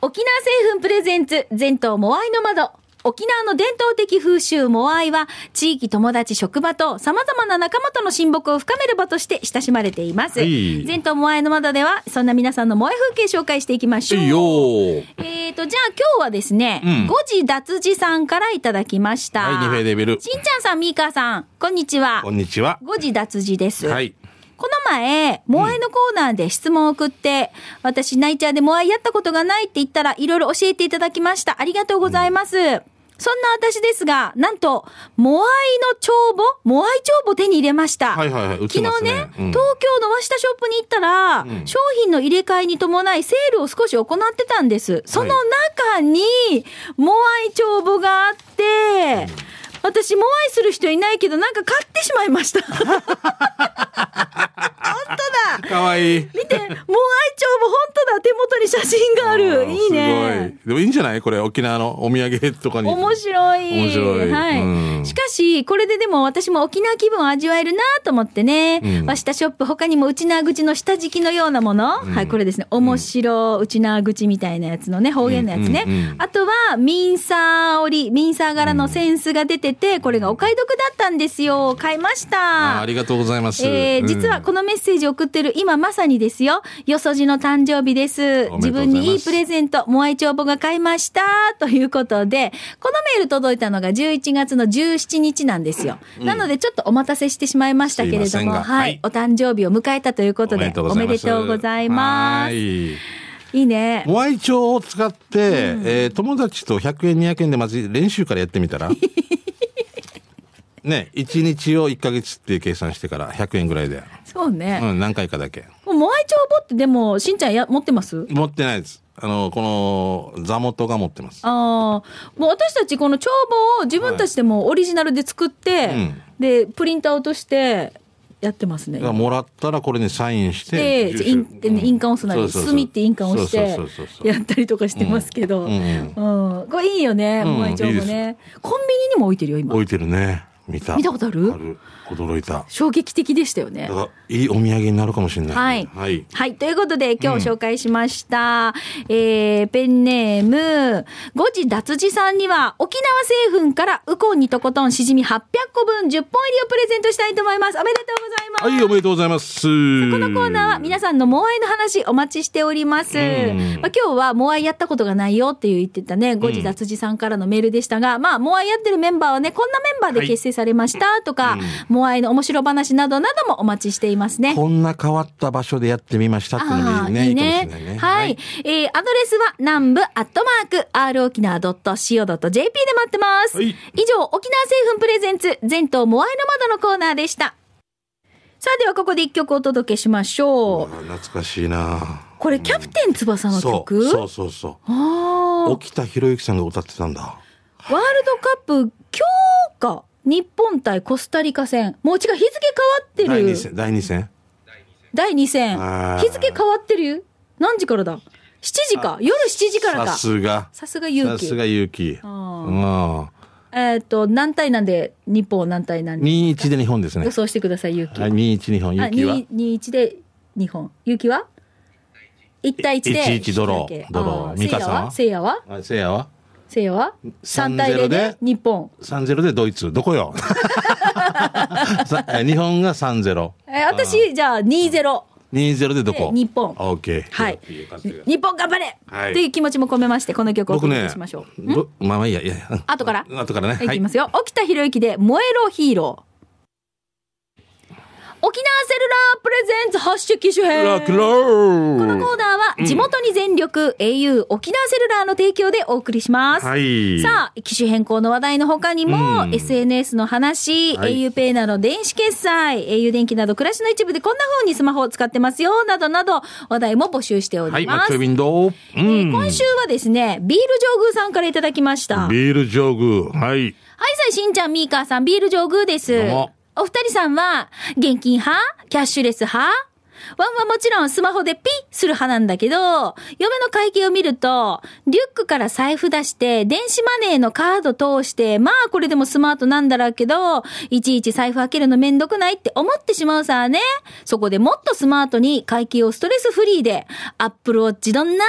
Speaker 1: 沖縄製粉プレゼンツ、全島モアイの窓。沖縄の伝統的風習モアイは、地域友達職場と様々な仲間との親睦を深める場として親しまれています。
Speaker 2: はい
Speaker 1: 全島モアイの窓では、そんな皆さんのモアイ風景紹介していきましょう。
Speaker 2: いいよー。
Speaker 1: えーと、じゃあ今日はですね、
Speaker 2: うん
Speaker 1: 五時脱字さんからいただきました。
Speaker 2: はい、二平デビル。
Speaker 1: しんちゃんさん、みーかーさん、こんにちは
Speaker 2: こ。んにちは。
Speaker 1: 五時脱字です。
Speaker 2: はい。
Speaker 1: この前、モアイのコーナーで質問を送って、私、ナイチャーでモアイやったことがないって言ったら、いろいろ教えていただきました。ありがとうございます。そんな私ですが、なんと、モアイの帳簿、モアイ帳簿を手に入れました。
Speaker 2: はいはいはい。売って
Speaker 1: 昨
Speaker 2: ま
Speaker 1: 日
Speaker 2: す
Speaker 1: ね、
Speaker 2: ね。
Speaker 1: 東京の和下ショップに行ったら、
Speaker 2: うん
Speaker 1: 商品の入れ替えに伴いセールを少し行ってたんです。その中に、モアイ帳簿があって、私、モアイする人いないけど、なんか買ってしまいました。本当だ
Speaker 2: うん。かわいい。
Speaker 1: 見
Speaker 2: [laughs]
Speaker 1: て、モアイ帳簿、本当だ手元に写真があ
Speaker 2: あ
Speaker 1: る。
Speaker 2: ー
Speaker 1: いいね。。
Speaker 2: すごい。でもいいんじゃないこれ、沖縄のお土産とかに。
Speaker 1: 面白い。
Speaker 2: 面白い
Speaker 1: はい。
Speaker 2: うん
Speaker 1: しかし、これででも私も沖縄気分を味わえるなと思ってね、
Speaker 2: うん
Speaker 1: 和下ショップ他にも内縄口の下敷きのようなもの、はい、これですね、面白内縄口みたいなやつのね、方言のやつね。
Speaker 2: うんうんうん
Speaker 1: あとは、ミンサー織り、ミンサー柄のセンスが出てて、これがお買い得だったんですよ。買いました。
Speaker 2: あーありがとうございます。
Speaker 1: えー、実はこの
Speaker 2: の、
Speaker 1: メッセージを送ってる今まさにですよ。よそじの誕生日です。自
Speaker 2: おめでとうございます
Speaker 1: 分にいいプレゼント、モアイ帳簿が買いました。ということで、このメール届いたのが11月の17日なんですよ。なのでちょっとお待たせしてしまいましたけれ
Speaker 2: す
Speaker 1: ど
Speaker 2: いません
Speaker 1: も、
Speaker 2: が
Speaker 1: は
Speaker 2: はいい。
Speaker 1: お誕生日を迎えたということで、おめでとうございま
Speaker 2: は
Speaker 1: す。
Speaker 2: い。
Speaker 1: いいね。
Speaker 2: モアイ帳を使って、えー友達と100円200円でまず練習からやってみ [laughs] たらね1日を1ヶ月っていう計算してから100円ぐらいで、
Speaker 1: そうね。
Speaker 2: うん、何回かだけ
Speaker 1: もうモアイ帳簿ってでも、しんちゃんや持ってます
Speaker 2: 持ってないですあのこの座元が持ってます
Speaker 1: ああ、もう私たちこの帳簿を自分たちでもオリジナルで作って、
Speaker 2: いうん
Speaker 1: で、プリントアウトしてやってますね
Speaker 2: だか。らもらったらこれにサインして
Speaker 1: で、印印鑑を押すなり、墨って印鑑を押して
Speaker 2: そうそうそうそう
Speaker 1: やったりとかしてますけど、
Speaker 2: う
Speaker 1: うん
Speaker 2: うん
Speaker 1: ん、これいいよね、
Speaker 2: うん
Speaker 1: モアイ帳簿
Speaker 2: いい
Speaker 1: ね。コンビニにも置いてるよ、今
Speaker 2: 置。いてるね見た
Speaker 1: 見たことある
Speaker 2: ある驚いた
Speaker 1: 衝撃的でしたよね
Speaker 2: だか。らいいお土産になるかもしれない、
Speaker 1: はい
Speaker 2: はい、
Speaker 1: はい。ということで、今日紹介しました、えー、ペンネーム、五時脱字さんには、沖縄製粉から、ウコンにとことんしじみ800個分10本入りをプレゼントしたいと思います。おめでとうございます。
Speaker 2: はい、おめでとうございますこ
Speaker 1: このコーナーは皆さんのモアイの話お待ちしております。
Speaker 2: ん
Speaker 1: まあ、今日はモアイやったことがないよっていう言ってたね、五時脱字さんからのメールでしたが、まあ、モアイやってるメンバーはね、こんなメンバーで結成されましたとか、モアイの面白話などなどもお待ちしていますね。
Speaker 2: こんな変わった場所でやってみましたっていうのもいいね。いいかもしれないね。
Speaker 1: はい、えーアドレスは南部アットマーク、r 沖縄 .co.jp で待ってます。
Speaker 2: はい
Speaker 1: 以上、沖縄製粉プレゼンツ、全島モアイの窓のコーナーでした。さあ、ではここで一曲お届けしましょ
Speaker 2: あ
Speaker 1: う。
Speaker 2: 懐かしいな
Speaker 1: これ、キャプテン翼の
Speaker 2: そう
Speaker 1: 曲
Speaker 2: そうそうそ
Speaker 1: あー
Speaker 2: う。沖田博之さんが歌ってたんだ。
Speaker 1: ワールドカップ、今日か。日本対コスタリカ戦。もう違う、日付変わって
Speaker 2: 第2
Speaker 1: る。
Speaker 2: 戦、第2戦。
Speaker 1: 第2戦。
Speaker 2: あー
Speaker 1: 日付変わってる何時からだ ?7 時か。夜7時からか。
Speaker 2: さすが。
Speaker 1: さすが勇
Speaker 2: さ
Speaker 1: 気
Speaker 2: す。が勇気。う
Speaker 1: あ
Speaker 2: ん。
Speaker 1: えっ、と、何対何で、日本を何対何で
Speaker 2: 2-1で日本ですね
Speaker 1: 予。想してください、ゆうき。
Speaker 2: はい、2-1日本。勇気は。
Speaker 1: 2、2、1で日本。ゆうきは ?1 対1で。
Speaker 2: 1-1ド
Speaker 1: 引
Speaker 2: ロー
Speaker 1: き分け
Speaker 2: ドロー
Speaker 1: あ
Speaker 2: ミカさんは
Speaker 1: せいやは
Speaker 2: あせいやは
Speaker 1: せいやは
Speaker 2: 3
Speaker 1: ?3 対0で
Speaker 2: で
Speaker 1: 日本。
Speaker 2: 3-0でドイツ。ど
Speaker 1: [laughs]
Speaker 2: こよさえ日本が3-0。
Speaker 1: えー私、じゃあ2-0。
Speaker 2: 2-0でどこ
Speaker 1: で日本
Speaker 2: オーケー。
Speaker 1: はい
Speaker 2: よかったよかった。
Speaker 1: 日本頑張れ、
Speaker 2: はい
Speaker 1: という気持ちも込めまして、この曲をお
Speaker 2: 僕
Speaker 1: 届
Speaker 2: ね
Speaker 1: けしましょう。、
Speaker 2: ぼまあまあいいや、いや、うん
Speaker 1: 後から
Speaker 2: 後からね。
Speaker 1: はい、いきますよ。沖田博之で、燃えろヒーロー。沖縄セルラープレゼンツ発色機種編。
Speaker 2: ロックロ
Speaker 1: このコ
Speaker 2: ー
Speaker 1: ーナーは地元に全力、au 沖縄セルラーの提供でお送りします。
Speaker 2: ルはい。
Speaker 1: さあ、機種変更の話題の他にも、
Speaker 2: うん
Speaker 1: SNS の話、
Speaker 2: はい
Speaker 1: auPay など電子決済、au 電気など暮らしの一部でこんな風にスマホを使ってますよ、などなど話題も募集してお
Speaker 2: は
Speaker 1: り
Speaker 2: い、マッ
Speaker 1: ま
Speaker 2: チ
Speaker 1: す。
Speaker 2: ョウィンドウ。う
Speaker 1: えー今週はですね、ビール上宮さんからいただきました。はい、
Speaker 2: ビールジョグ。はい。
Speaker 1: さいしんちゃん、みーかーさん、ビール上宮です
Speaker 2: どうも。
Speaker 1: お二人さんは、現金派キャッシュレス派ワンはもちろんスマホでピッする派なんだけど、嫁の会計を見ると、リュックから財布出して、電子マネーのカード通して、まあこれでもスマートなんだろうけど、いちいち財布開けるのめんどくないって思ってしまうさね。そこでもっとスマートに会計をストレスフリーで、アップルウォッチどんな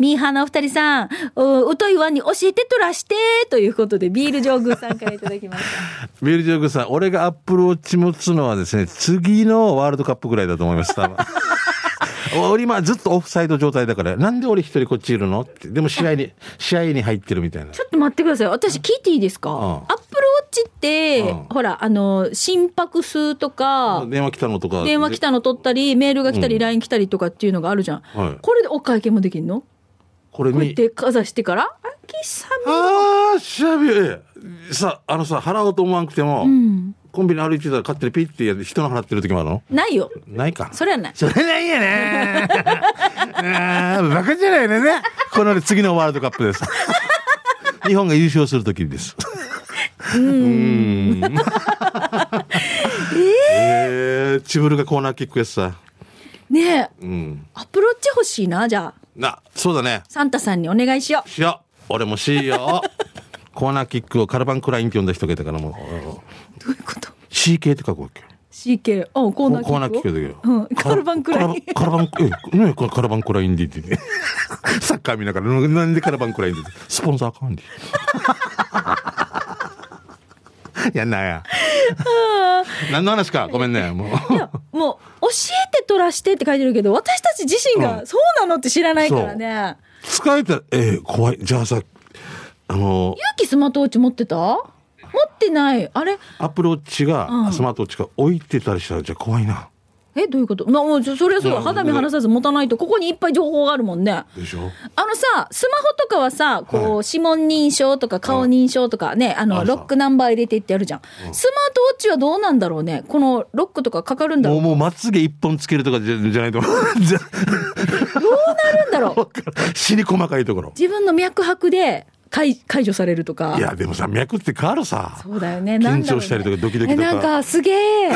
Speaker 1: ミーハーなお二人さん、ううといわんに教えてとらして、ということで、ビール上宮さんからいただきました。
Speaker 2: ビルジョークさん、俺がアップルウォッチ持つのはですね、次のワールドカップぐらいだと思いま
Speaker 1: [laughs]
Speaker 2: す、多分。俺今ずっとオフサイド状態だから、なんで俺一人こっちいるのって。でも試合に、試合に入ってるみたいな。
Speaker 1: ちょっと待ってください。私聞いていいですか、アップルウォッチって、
Speaker 2: うん
Speaker 1: ほら、あの、心拍数とか、
Speaker 2: 電話来たのとか。
Speaker 1: 電話来たの取ったり、メールが来たり、LINE 来たりとかっていうのがあるじゃん。
Speaker 2: はい
Speaker 1: これでお会計もできるの
Speaker 2: これ
Speaker 1: こうやっ
Speaker 2: に。
Speaker 1: てかざしてから、あきさ
Speaker 2: あー、しゃべさ、あのさ、払おうと思わなくても、
Speaker 1: ん
Speaker 2: コンビニ歩いてたら勝手にピッてやって人の払ってる時もあるの
Speaker 1: み。ないよ。
Speaker 2: ないか。
Speaker 1: それはない。
Speaker 2: それないよね。あーバカじゃないのね。この次のワールドカップです。日本が優勝するときです。うん。えー、チブルがコーナーキックやつさ。
Speaker 1: ねえ、
Speaker 2: うん。
Speaker 1: アップルウォッチ欲しいな、じゃあ。
Speaker 2: な、そうだね。
Speaker 1: サンタさんにお願いしよ
Speaker 2: しよう。俺もしよう。コーナーキックをカルバンクラインって呼んだ人がいたからもう、
Speaker 1: う。どういうこと
Speaker 2: CK って書くわけよ。
Speaker 1: ?CK。うん、コーナーキックを。
Speaker 2: コーナーキックだけど。
Speaker 1: うん、カルバンクライン。
Speaker 2: カラバン、カラバンえ、ねカラバンクラインでって [laughs] ね。サッカー見ながら、なんでカラバンクラインで [laughs] ってスポンサー管理。やんなや。何の話か、ごめんね、もう。
Speaker 1: いや、もう、教えて取らしてって書いてるけど、私たち自身
Speaker 2: う
Speaker 1: がそうなのって知らないからね。
Speaker 2: 疲れたら、えー怖い。じゃあさ、あの、
Speaker 1: ゆうきスマートウォッチ持ってた持ってない。あれ
Speaker 2: アップルウォッチが、
Speaker 1: うん
Speaker 2: スマートウォッチが置いてたりしたら、じゃあ怖いな。
Speaker 1: え、どういうことな、もう、そそれはそう
Speaker 2: いや
Speaker 1: だ。肌身離さず持たないと、ここにいっぱい情報があるもんね。
Speaker 2: でしょ
Speaker 1: あのさ、スマホとかはさ、こ
Speaker 2: は
Speaker 1: う、指紋認証とか顔認証とかね、あ
Speaker 2: あ
Speaker 1: の、
Speaker 2: るさ
Speaker 1: ロックナンバー入れてってやるじゃん。スマートウォッチはどうなんだろうね。このロックとかかかるんだろ
Speaker 2: も
Speaker 1: う
Speaker 2: う、もう、まつげ一本つけるとかじゃじゃないと思う。 [laughs] じゃ
Speaker 1: あるんだろ
Speaker 2: [laughs]
Speaker 1: う
Speaker 2: 死に細かいところ。
Speaker 1: 自分の脈拍で解解除されるとか。
Speaker 2: いや、でもさ、脈って変わるさ。
Speaker 1: そうだよ
Speaker 2: [laughs]
Speaker 1: ね。なん
Speaker 2: 緊
Speaker 1: だろう
Speaker 2: 張
Speaker 1: ね
Speaker 2: したりとかドキドキと
Speaker 1: え
Speaker 2: か。
Speaker 1: なんかすげ
Speaker 2: [coughs]
Speaker 1: え。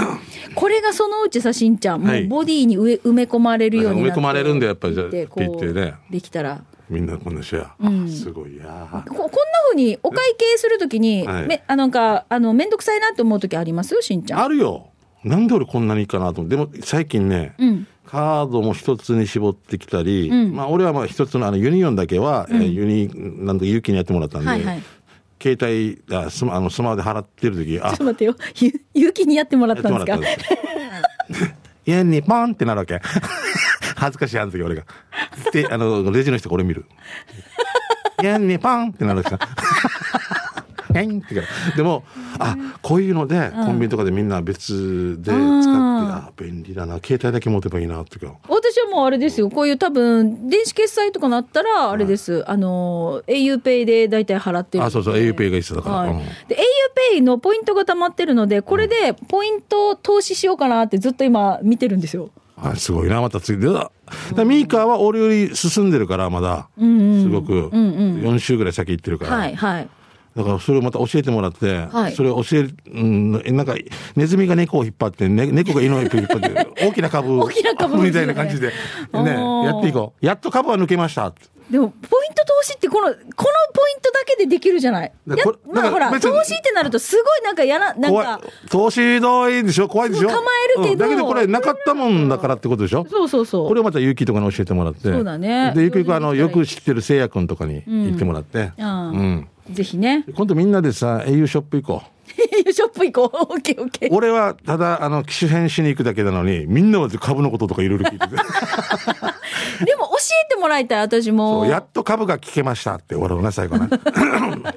Speaker 1: これがそのうちさ、しんちゃん、も
Speaker 2: は
Speaker 1: う
Speaker 2: い
Speaker 1: ボディに上埋め込まれるようになって。
Speaker 2: 埋め込まれるんだよやっぱりじゃあ
Speaker 1: でこう
Speaker 2: ピッてね
Speaker 1: できたら。
Speaker 2: みんなこんなシェア。
Speaker 1: うん
Speaker 2: すごいや
Speaker 1: ここんな風にお会計するときに、
Speaker 2: はい
Speaker 1: めあなんかあのめんどくさいなって思うときありますしんちゃん。
Speaker 2: あるよ。なんで俺こんなにいいかなと思って。でも最近ね、
Speaker 1: うん。
Speaker 2: カードも一つに絞ってきたり、
Speaker 1: うん
Speaker 2: まあ俺はまあ一つのあのユニオンだけは、えーユニ、なんとか勇気にやってもらったんで、
Speaker 1: はいはい。
Speaker 2: 携帯、あスマあのスマホで払ってる時、
Speaker 1: ちょ
Speaker 2: あ
Speaker 1: っ、と待ってよ。ゆゆうきにやってもらったんです
Speaker 2: や
Speaker 1: か
Speaker 2: ってもらったん [laughs] ですよ。家にポンってなるわけ。 [laughs] 恥ずかしい、あの時俺が。で、あの、レジの人が俺見る。家にポンってなるわけさ。 [laughs] ペンってから。でも、あ、こういうので、コンビニとかでみんな別で使って、あ、便利だな。携帯だけ持てばいいな、とか。
Speaker 1: 私はもうあれですよ。こういう多分、電子決済とかなったら、あれです。あの、auPay で大体払ってるんで
Speaker 2: あ、そうそう、auPay が一緒だから。
Speaker 1: はい
Speaker 2: うん
Speaker 1: で auPay のポイントが貯まってるので、これでポイントを投資しようかなってずっと今見てるんですよ。
Speaker 2: あすごいな、また次で。だだミーカーは俺より進んでるから、まだ。すごく。4週ぐらい先行ってるから。
Speaker 1: はいはい。
Speaker 2: だからそれをまた教えてもらって、
Speaker 1: はい
Speaker 2: それを教える、うん、なんか、ネズミが猫を引っ張って、ね、猫が犬を引っ張
Speaker 1: [laughs]
Speaker 2: って、大きな株
Speaker 1: 大きな株
Speaker 2: みたいな感じで、
Speaker 1: お
Speaker 2: ね、
Speaker 1: ー
Speaker 2: やっていこう。やっと株は抜けました。
Speaker 1: でも、ポイント投資ってこの、このポイントだけでできるじゃない。
Speaker 2: だ
Speaker 1: や
Speaker 2: これ
Speaker 1: まあ
Speaker 2: だ
Speaker 1: ほ
Speaker 2: から
Speaker 1: ら、
Speaker 2: 別に
Speaker 1: 投資ってなるとすごいなんかやら、なん
Speaker 2: 怖い
Speaker 1: か、。
Speaker 2: 投資どいでしょ怖いでしょ
Speaker 1: そう構えるけど
Speaker 2: うんだけどこれなかったもんだからってことでしょ
Speaker 1: そうそうそう。
Speaker 2: これをまたゆきとかに教えてもらって。
Speaker 1: そうだね
Speaker 2: で、ゆくゆくあの、
Speaker 1: 上手にできたらいい
Speaker 2: よく知ってるせいやくんとかに行ってもらって。
Speaker 1: うん
Speaker 2: うん
Speaker 1: ぜひね。 [laughs]
Speaker 2: 今度みんなでさ、au ショップ行こう。
Speaker 1: ショップ行こう。オッケーオッケー。
Speaker 2: 俺はただ、あの、機種変しに行くだけなのに、みんなは株のこととかいろいろ聞いてて。
Speaker 1: でも教えてもらいたい、私も。
Speaker 2: そうやっと株が聞けましたって終わろうな、最
Speaker 1: [laughs]
Speaker 2: 後な。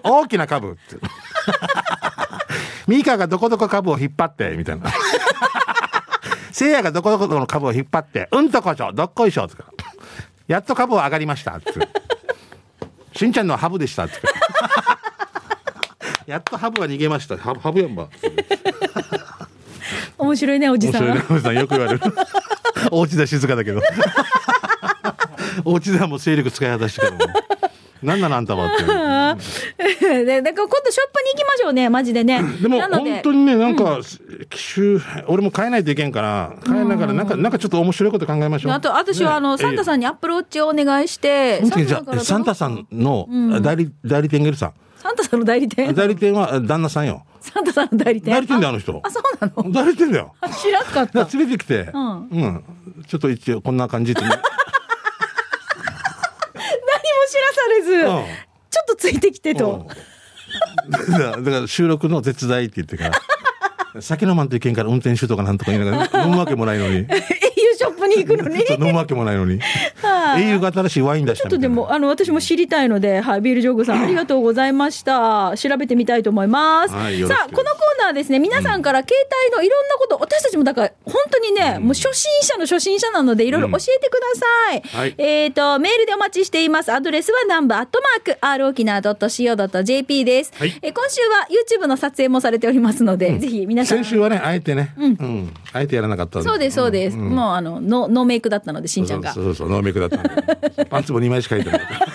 Speaker 2: 大きな株って。ミカがどこどこ株を引っ張って、みたいな。せいやがどこどこの株を引っ張って、うんとこちょ、どっこいしょ、とか。やっと株は上がりました、って。しんちゃんのはハブでした、って。やっとハブは逃げました。ハブハブやんば。
Speaker 1: 面白いね、おじ
Speaker 2: 面
Speaker 1: さ
Speaker 2: 白いね
Speaker 1: ん。
Speaker 2: おじさんよく言われる。
Speaker 1: [laughs]
Speaker 2: お家では静かだけど。お家ではもう勢力使い果たしてからもう。なんなのあんたはっ
Speaker 1: [laughs]
Speaker 2: て。
Speaker 1: で、だから今度ショップに行きましょうね、マジでね。
Speaker 2: でも
Speaker 1: なの
Speaker 2: 本当にね、なんか、週俺も変えないといけんから、変えながら、なんか、なんかちょっと面白いこと考えましょう。
Speaker 1: あと、私はあの、
Speaker 2: ね
Speaker 1: サンタさんにアップルウォッチをお願いして、
Speaker 2: その時じゃ
Speaker 1: だか
Speaker 2: あ
Speaker 1: ら
Speaker 2: サンタさんの代理,、代理店がいるさ。
Speaker 1: サンタさんの代理店
Speaker 2: 代理店は旦那さんよ。
Speaker 1: サンタさんの代理店
Speaker 2: 代理店だよ、あの人
Speaker 1: あ、。そうなの
Speaker 2: 代理店だよ。
Speaker 1: あ知らん [laughs] かっ
Speaker 2: だ
Speaker 1: た
Speaker 2: か。ら連れてきて、
Speaker 1: ん
Speaker 2: うん。ちょっと一応こんな感じ
Speaker 1: [laughs]
Speaker 2: って。
Speaker 1: 何も知らされ
Speaker 2: うん
Speaker 1: ず、ちょっとついてきて
Speaker 2: う
Speaker 1: [laughs]
Speaker 2: ん [laughs]
Speaker 1: と。
Speaker 2: だからだから収録の絶大って言って
Speaker 1: [laughs]
Speaker 2: から。酒飲まんといけんから運転手とかなんとか言いながら飲むわけもないの
Speaker 1: [laughs]
Speaker 2: に。
Speaker 1: au ショップに行く [laughs] のに。
Speaker 2: ちょっと飲むわけもないの
Speaker 1: は
Speaker 2: に。
Speaker 1: い
Speaker 2: 英雄が新しいワイン出し
Speaker 1: ちょ
Speaker 2: た
Speaker 1: っ
Speaker 2: み
Speaker 1: と
Speaker 2: たいな。
Speaker 1: でも、あの、私も知りたいので、はい、ビールジョーグ [clears throat] さん、ありがとうございました。調べてみたいと思います。
Speaker 2: はいよろしく
Speaker 1: さあ、このコーナーですね、皆さんから携帯のいろんなこと、私たちもだから、本当にね、もう初心者の初心者なので、いろいろ教えてください。
Speaker 2: うんはい
Speaker 1: えっと、メールでお待ちしています。アドレスは南部アットマーク、r 沖縄 .co.jp です。
Speaker 2: はい
Speaker 1: えー今週は YouTube の撮影もされておりますので、ぜひ皆さん
Speaker 2: 先。週はね、あえてね、うん、あえてやらなかったん
Speaker 1: そうです、そうです。もう、あの、ノノーメイクだったので、しんちゃんが
Speaker 2: そ。うそうそう、ノーメイクだったんで。パンツも2枚しか入ってなかった。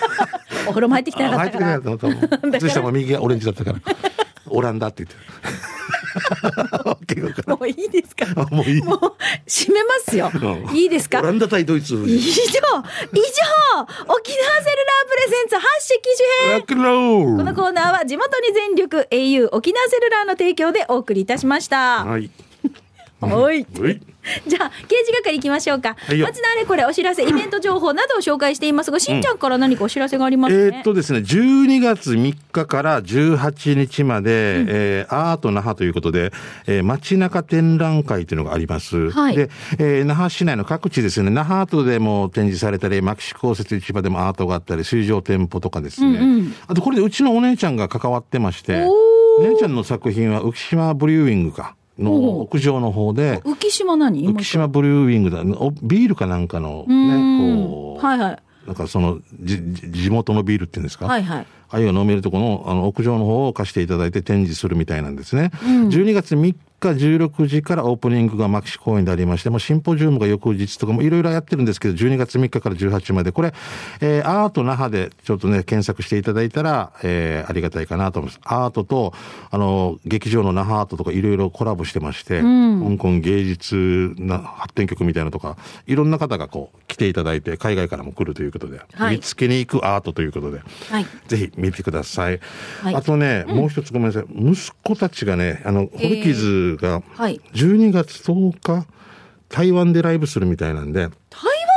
Speaker 1: お風呂も入ってきてなか
Speaker 2: あ
Speaker 1: っ
Speaker 2: 入
Speaker 1: た
Speaker 2: って
Speaker 1: か
Speaker 2: くれな
Speaker 1: ら
Speaker 2: い。と思ったもん。靴下も右がオレンジだったから。オランダって言ってる。 [laughs] 結構
Speaker 1: [laughs] もういいですか
Speaker 2: かな。もういい。
Speaker 1: もう、閉めますよ
Speaker 2: う。ん
Speaker 1: いいですか
Speaker 2: オランダ対ドイツ。
Speaker 1: 以上、以上、沖縄セルラープレゼンツ発式機種
Speaker 2: ラ
Speaker 1: 編
Speaker 2: ックンロー
Speaker 1: こ
Speaker 2: ル
Speaker 1: のコーナーは地元に全力 au 沖縄セルラーの提供でお送りいたしました。
Speaker 2: はい。
Speaker 1: はい。
Speaker 2: はい。
Speaker 1: じゃあ、刑事係行きましょうか。
Speaker 2: いよ
Speaker 1: まずあれこれお知らせ、イベント情報などを紹介していますが、しんちゃんから何かお知らせがありますね。
Speaker 2: えーっとですね、12月3日から18日まで、えーアート那覇ということで、えー街中展覧会というのがあります。
Speaker 1: はい
Speaker 2: で、えー那覇市内の各地ですね、那覇アートでも展示されたり、牧師公設市場でもアートがあったり、水上店舗とかですね。あとこれでうちのお姉ちゃんが関わってまして、
Speaker 1: お
Speaker 2: 姉ちゃんの作品は浮島ブリューイングか、の屋上の方で、
Speaker 1: 浮島何今
Speaker 2: 浮島ブリューイングだ、おビールかなんかのね、こう、
Speaker 1: はいはい。
Speaker 2: なんかその、じ、じ地元のビールっていうんですか
Speaker 1: はいはい。
Speaker 2: あゆが飲めるとこのあの屋上の方を貸していただいて展示するみたいなんですね。12月3日16時からオープニングが牧師公園でありまして、もうシンポジウムが翌日とかもいろいろやってるんですけど、12月3日から18日まで、これ、えーアート那覇でちょっとね、検索していただいたら、えーありがたいかなと思います。アートと、あの、劇場の那覇アートとかいろいろコラボしてまして、香港芸術な発展局みたいなのとか、いろんな方がこう来ていただいて、海外からも来るということで、
Speaker 1: はい
Speaker 2: 見つけに行くアートということで、
Speaker 1: はい。
Speaker 2: ぜひ見てください。
Speaker 1: はい
Speaker 2: あとね、もう一つごめんなさい。息子たちがね、あの、
Speaker 1: え
Speaker 2: 堀傷が、
Speaker 1: はい
Speaker 2: 12月10日、台湾でライブするみたいなんで、
Speaker 1: 台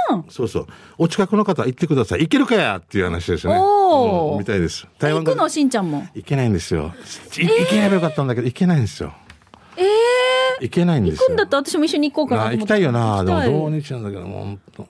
Speaker 1: 湾
Speaker 2: そうそう。お近くの方行ってください。行けるかやっていう話ですよね。
Speaker 1: おー
Speaker 2: うんみたいです。台
Speaker 1: 行
Speaker 2: 湾が
Speaker 1: くのしんちゃんも。
Speaker 2: 行けないんですよ。い行ければよかったんだけど、行けないんですよ。
Speaker 1: ええ
Speaker 2: 行けないんです
Speaker 1: 行くん
Speaker 2: よ
Speaker 1: だっ。たら私も一緒に行こうかな
Speaker 2: な
Speaker 1: と
Speaker 2: あ
Speaker 1: 思って
Speaker 2: 行きたいよな。で
Speaker 1: 行き
Speaker 2: も
Speaker 1: たい
Speaker 2: 同日なんだけど、もう本当。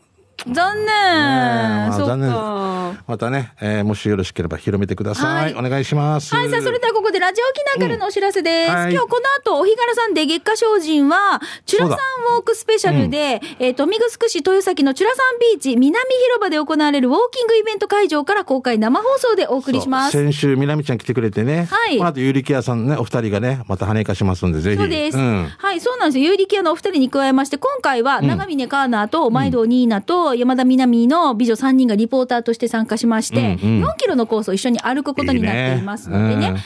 Speaker 1: 残念、
Speaker 2: ねえまあ
Speaker 1: そっか
Speaker 2: 残念またね、えーもしよろしければ広めてください。
Speaker 1: は
Speaker 2: お願いします。
Speaker 1: はい、さあ、それではここでラジオ沖縄からのお知らせです。
Speaker 2: うんはい
Speaker 1: 今日この後、お日柄さんで月下精進は、チュラ
Speaker 2: そう
Speaker 1: さ
Speaker 2: だ
Speaker 1: んウォークスペシャルで、えー、富城市豊崎のチュラさんビーチ南広場で行われるウォーキングイベント会場から公開生放送でお送りします。
Speaker 2: そう先週、みなみちゃん来てくれてね。
Speaker 1: はい
Speaker 2: まあ、あと、ゆりきやさんね、お二人がね、また跳ねかしますんで、ぜひ。
Speaker 1: そうです、
Speaker 2: ん。
Speaker 1: はい、そうなんですよ。有力屋のお二人に加えまして、今回は長峰カーナーと、毎度ニーナと、山田みなみの美女3人がリポーターとして参加しまして、
Speaker 2: うんうん
Speaker 1: 4キロのコースを一緒に歩くことになっていますのでね。
Speaker 2: いいねうん
Speaker 1: で、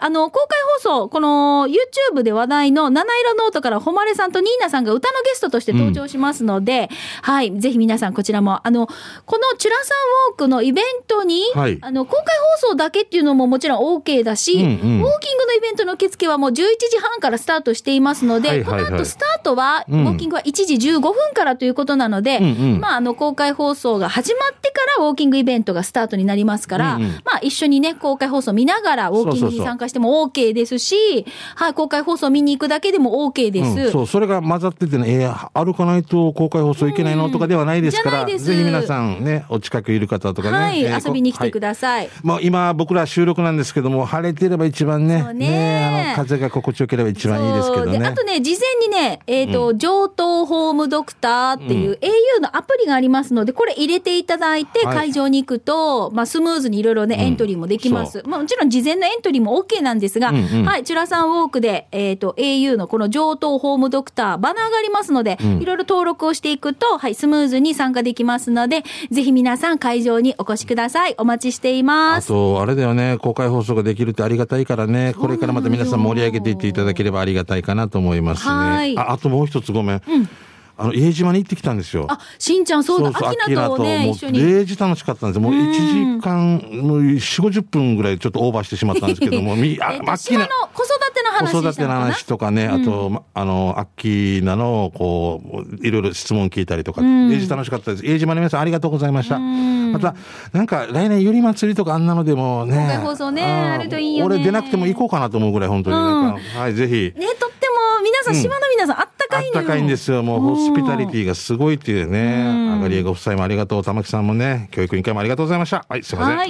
Speaker 1: あの、公開放送、この YouTube で話題の七色ノートから、誉さんとニーナさんが歌のゲストとして登場しますので、はい、ぜひ皆さんこちらも、あの、このチュラサンウォークのイベントに、
Speaker 2: はい
Speaker 1: あの、公開放送だけっていうのももちろん OK だし、
Speaker 2: うんうん
Speaker 1: ウォーキングのイベントの受付はもう11時半からスタートしていますので、
Speaker 2: はいはいはい
Speaker 1: この後スタートは、
Speaker 2: う
Speaker 1: ウ
Speaker 2: ん
Speaker 1: ォーキングは1時15分からということなので、
Speaker 2: うんうん
Speaker 1: まあ、あの、公開放送が始まってからウォーキングイベントがスタートになりますから、
Speaker 2: うんうん
Speaker 1: まあ、一緒にね、公開放送見ながらウォーキング
Speaker 2: そうそう
Speaker 1: に
Speaker 2: そう
Speaker 1: 参加しても OK ですし、はい、公開放送見に行くだけでも OK です。
Speaker 2: うんそう、それが混ざっててね、えー歩かないと公開放送いけないのとかではないですか
Speaker 1: うん
Speaker 2: ら、
Speaker 1: じゃないです
Speaker 2: ぜひ皆さんね、お近くいる方とかね。
Speaker 1: はい、
Speaker 2: えー
Speaker 1: 遊びに来てく
Speaker 2: はい
Speaker 1: ださい。
Speaker 2: まあ今僕ら収録なんですけども、晴れてれば一番ね、
Speaker 1: そうね
Speaker 2: あの風が心地よければ一番いいですけど
Speaker 1: そう
Speaker 2: ね。
Speaker 1: あとね、事前にね、えっ、と、上等ホームドクターっていう au のアプリがありますので、これ入れていただいて、
Speaker 2: はい
Speaker 1: 会場に行くと、まあ、スムーズにいろいろね、
Speaker 2: ん
Speaker 1: エントリーもできます。まあ、もちろん事前のエントリーも OK なんですが、
Speaker 2: うんうん
Speaker 1: はい、チュラさんウォークで、えっ、と、au のこの上等ホームドクター、バナーがありますので、いろいろ登録をしていくと、はい、スムーズに参加できますので、ぜひ皆さん会場にお越しください。お待ちしていま
Speaker 2: あ
Speaker 1: す。
Speaker 2: と、あれだよね、公開放送ができるってありがたいからね、これからまた皆さん盛り上げていっていただければありがたいかなと思います
Speaker 1: はい
Speaker 2: ね。ああともう一つごめん。あの、家島に行ってきたんですよ。
Speaker 1: あ、しんちゃん、そうだ、アキナとね、
Speaker 2: もう
Speaker 1: 一緒に。
Speaker 2: 0時楽しかったんですもう1時間、もう4、50分ぐらいちょっとオーバーしてしまったんですけども、み、
Speaker 1: [laughs] えっ
Speaker 2: あ、
Speaker 1: と
Speaker 2: アッキ
Speaker 1: 島
Speaker 2: ーナ
Speaker 1: の、子育ての話した
Speaker 2: 子
Speaker 1: の
Speaker 2: 育
Speaker 1: か
Speaker 2: ての
Speaker 1: な
Speaker 2: 話とかね、あと、まあの、アッキーナの、こう、いろいろ質問聞いたりとか、
Speaker 1: ん
Speaker 2: エイジ楽しかったです。エイジマの皆さんありがとうございました。また、なんか来年ゆり祭りとかあんなのでもね、
Speaker 1: 回放送ね
Speaker 2: うん
Speaker 1: あるといいよね
Speaker 2: 俺出なくても行こうかなと思うぐらい、本当になんか、はい、ぜひ。
Speaker 1: ね、とっても、皆さん、島の皆さん、あった
Speaker 2: あ
Speaker 1: か
Speaker 2: っ
Speaker 1: いのよ。
Speaker 2: たかいんですよ。もう、ホスピタリティがすごいっていうね。あがりえご夫妻もありがとう。玉木さんもね、教育委員会もありがとうございました。はい、すいません。
Speaker 1: はい。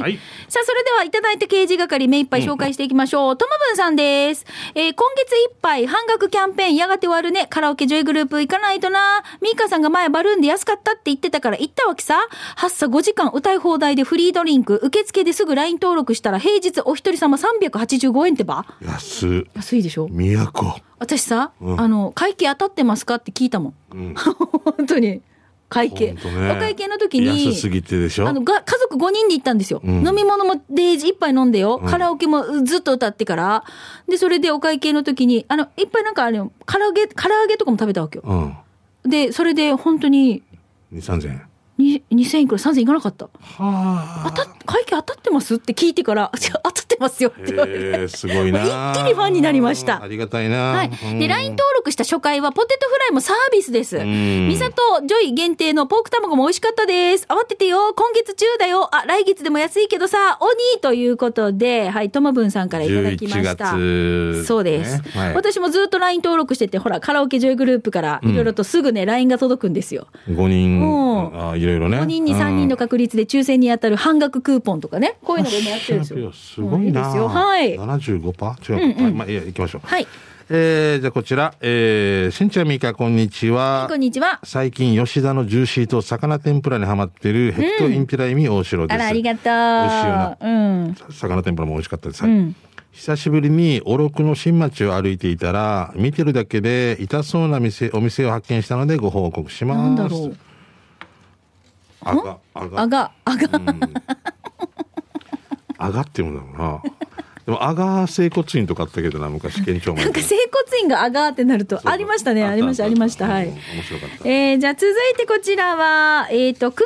Speaker 1: さあ、それではいただいた刑事係、目いっぱい紹介していきましょう。ともぶんさんです。えー今月いっぱい、半額キャンペーン、やがて終わるね。カラオケジョイグループ行かないとな。ミーカさんが前バルーンで安かったって言ってたから行ったわけさ。発作5時間歌い放題でフリードリンク、受付ですぐ LINE 登録したら、平日お一人様385円ってば
Speaker 2: 安、
Speaker 1: 安いでしょ
Speaker 2: 宮古。
Speaker 1: 私さ、
Speaker 2: うん
Speaker 1: あの、会計当たってますかって聞いたもん。
Speaker 2: うん。
Speaker 1: [laughs] 本当に。会計。
Speaker 2: ほんとね
Speaker 1: お会計の時に。
Speaker 2: 安すぎてでしょ
Speaker 1: あのが家族5人で行ったんですよ、
Speaker 2: ん
Speaker 1: 飲み物もデージ一杯飲んでよ、カラオケもうずっと歌ってから、でそれでお会計の時に、あのいっぱいなんかあれよ、唐揚げ唐揚げとかも食べたわけよ、
Speaker 2: うん。
Speaker 1: でそれで本当に
Speaker 2: 2、3000円。
Speaker 1: に2000いくら、3000いかなかった、
Speaker 2: は
Speaker 1: 当たっ会計当たってますって聞いてから、じゃあ当たってますよって言われて。
Speaker 2: えー、すごいな。
Speaker 1: もう一気にファンになりました
Speaker 2: ありがたいな。
Speaker 1: はい、で LINE 登録した初回はポテトフライもサービスです
Speaker 2: ん
Speaker 1: ミサとジョイ限定のポーク卵も美味しかったです慌ててよ今月中だよあ来月でも安いけどさ鬼ということではいともぶんさんからいただきま
Speaker 2: 11
Speaker 1: した
Speaker 2: 月。
Speaker 1: そうです、
Speaker 2: ねはい
Speaker 1: 私もずっと LINE 登録しててほらカラオケジョイグループからいろいろとすぐね LINE が届くんですよ、
Speaker 2: 5
Speaker 1: う
Speaker 2: 人、あいろいろね。
Speaker 1: 5人に3人の確率で抽選に当たる半額クーポンとかねこういうのでねやってるんです
Speaker 2: うん
Speaker 1: よ
Speaker 2: すご
Speaker 1: う
Speaker 2: いな。
Speaker 1: んいいですよはい
Speaker 2: 75%? 違うか。はいまあ、いいや、行きましょう。
Speaker 1: はい
Speaker 2: えー、じゃあこちら、えー、しんちゃんみーか、こんにちは。
Speaker 1: こんにちは
Speaker 2: 最近、吉田のジューシーと魚天ぷらにハマってる、ヘッドインピラ意味大城です。
Speaker 1: あらありがとう
Speaker 2: 美味しいよな
Speaker 1: うん
Speaker 2: 魚天ぷらも美味しかったです。
Speaker 1: う
Speaker 2: はい
Speaker 1: ん
Speaker 2: 久しぶりにおろくの新町を歩いていたら見てるだけで痛そうな店お店を発見したのでご報告します
Speaker 1: なんだろう
Speaker 2: あがあが
Speaker 1: あがあが
Speaker 2: あがっていうんだろうなでもあが整骨院とかあったけどな昔県庁前
Speaker 1: なんか整骨院があがーってなると、ありましたね、ありました、ありました、はい。
Speaker 2: 面白かった
Speaker 1: えー、じゃあ続いてこちらは、えっ、と、くん、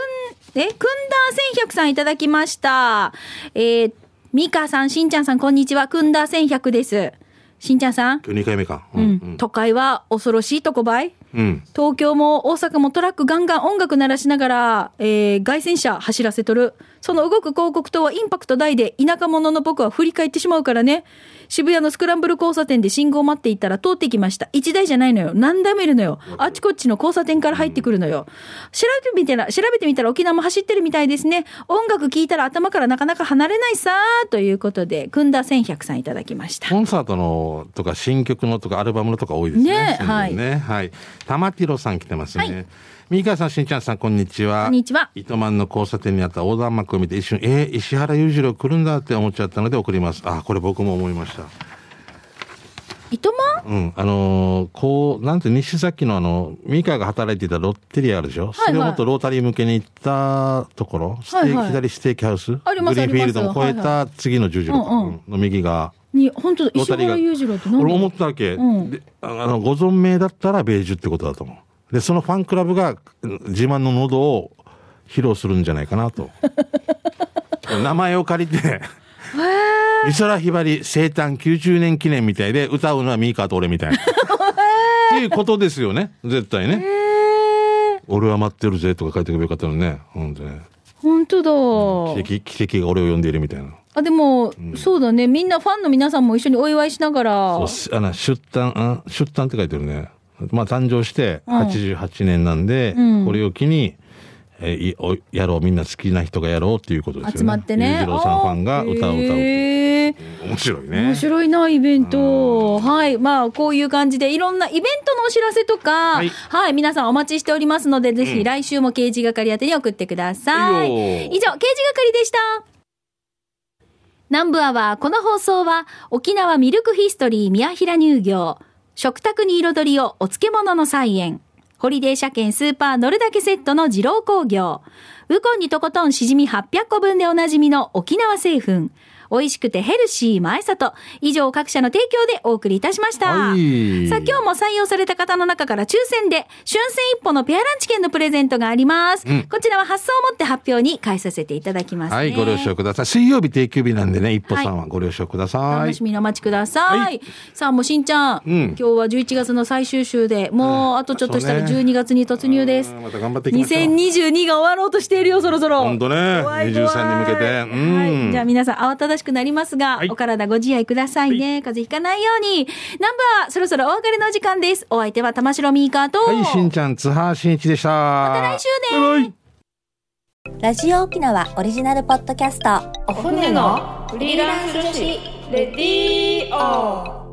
Speaker 1: え、くんだー1100さんいただきました。えー、みかさん、しんちゃんさん、こんにちは。くんだー1100です。しんちゃんさん、
Speaker 2: 今日2回目かう
Speaker 1: うんん、都会は恐ろしいとこばい
Speaker 2: うん
Speaker 1: 東京も大阪もトラックガンガン音楽鳴らしながら、えー、外線車走らせとる。その動く広告塔はインパクト大で、田舎者の僕は振り返ってしまうからね。渋谷のスクランブル交差点で信号を待っていたら通ってきました。一台じゃないのよ。何台もいるのよ。あちこちの交差点から入ってくるのよ。調べてみたら、調べてみたら沖縄も走ってるみたいですね。音楽聴いたら頭からなかなか離れないさー。ということで、くんだ1100さんいただきました。
Speaker 2: コンサートのとか新曲のとかアルバムのとか多いですね。
Speaker 1: ね
Speaker 2: 新年ねはい。玉ティロさん来てますね。三川さん、しんちゃんさん、こんにちは。
Speaker 1: こんにちは
Speaker 2: 糸満の交差点にあった横断幕を見て一瞬、えー石原裕次郎来るんだって思っちゃったので送ります。あ、これ僕も思いました。
Speaker 1: 糸満
Speaker 2: うん。あのーこう、なんて西崎のあの、三川が働いていたロッテリアあるでしょ、
Speaker 1: はい
Speaker 2: それをもっとロータリー向けに行ったところ、ステーキ
Speaker 1: はいはい
Speaker 2: 左ステーキハウス
Speaker 1: あります
Speaker 2: グリーンフィールド
Speaker 1: あ
Speaker 2: も
Speaker 1: ります
Speaker 2: 超えた次の十字路か
Speaker 1: うんうん
Speaker 2: うんの右が、
Speaker 1: に、本当だ
Speaker 2: ロー
Speaker 1: 石
Speaker 2: タリーが
Speaker 1: 原裕次郎って何だ
Speaker 2: 俺思ったわけ、
Speaker 1: うん
Speaker 2: であのご存命だったらベージュってことだと思うでそのファンクラブがうん自慢の喉を披露するんじゃないか
Speaker 1: [laughs]
Speaker 2: なと名前を借りて美空ひばり生誕90年記念みたいで歌うのはミーカーと俺
Speaker 1: [laughs]
Speaker 2: みたいなっていうことですよね絶対ね俺は待ってるぜとか書いておけばよかったのにね本当ね
Speaker 1: 本当だ、
Speaker 2: 奇跡奇跡が俺を呼んでいるみたいな
Speaker 1: あでも、そうだねみんなファンの皆さんも一緒にお祝いしながら
Speaker 2: そうすあの出誕あ出誕って書いてるね、まあ、誕生して88年なんで、
Speaker 1: うん
Speaker 2: これを機に、えーいおやろうみんな好きな人がやろうっていうことですよね
Speaker 1: 集まってね
Speaker 2: 裕次郎さんファンが歌を歌う、
Speaker 1: へー
Speaker 2: 面白いね
Speaker 1: 面白いなイベント、はいまあこういう感じでいろんなイベントのお知らせとかは、
Speaker 2: はいい
Speaker 1: 皆さんお待ちしておりますのでぜひ来週も刑事係宛てに送ってください、
Speaker 2: はいよ
Speaker 1: 以上刑事係でした南部アワー、この放送は、沖縄ミルクヒストリー宮平乳業、食卓に彩りをお漬物の菜園、ホリデー車検スーパー乗るだけセットの二郎工業、ウコンにとことんしじみ800個分でおなじみの沖縄製粉、美味しくてヘルシー前里、以上各社の提供でお送りいたしました。
Speaker 2: はい
Speaker 1: さあ、今日も採用された方の中から抽選で、春戦一歩のペアランチ券のプレゼントがあります。こちらは発送をもって発表に返させていただきます、ね。
Speaker 2: はい、ご了承ください。水曜日定休日なんでね、一歩さんはご了承くださ
Speaker 1: 楽
Speaker 2: い
Speaker 1: し。みにお待ちください。
Speaker 2: は
Speaker 1: さあ、もうしんちゃん,、
Speaker 2: うん
Speaker 1: 今日は11月の最終週で、もうあとちょっとしたら
Speaker 2: そうね
Speaker 1: 12月に突入です。
Speaker 2: うんまた頑張っていきましょう
Speaker 1: 2022が終わろうとしているよ、そろそろ。
Speaker 2: 本当ね
Speaker 1: 怖い怖い
Speaker 2: 23に向けてうん
Speaker 1: はい。じゃあ皆さん慌ただしくなりますが、
Speaker 2: はい
Speaker 1: お体ご自愛くださいね。風邪ひかないように。ナンバー、そろそろお別れの時間です。お相手は玉城ミーカーと、
Speaker 2: はい、しんちゃん、津波しんいちでした。ま
Speaker 1: また来週ね。
Speaker 2: バイバイ
Speaker 3: ラジオ沖縄オリジナルポッドキャスト
Speaker 4: 骨のフリーランス女子レディオ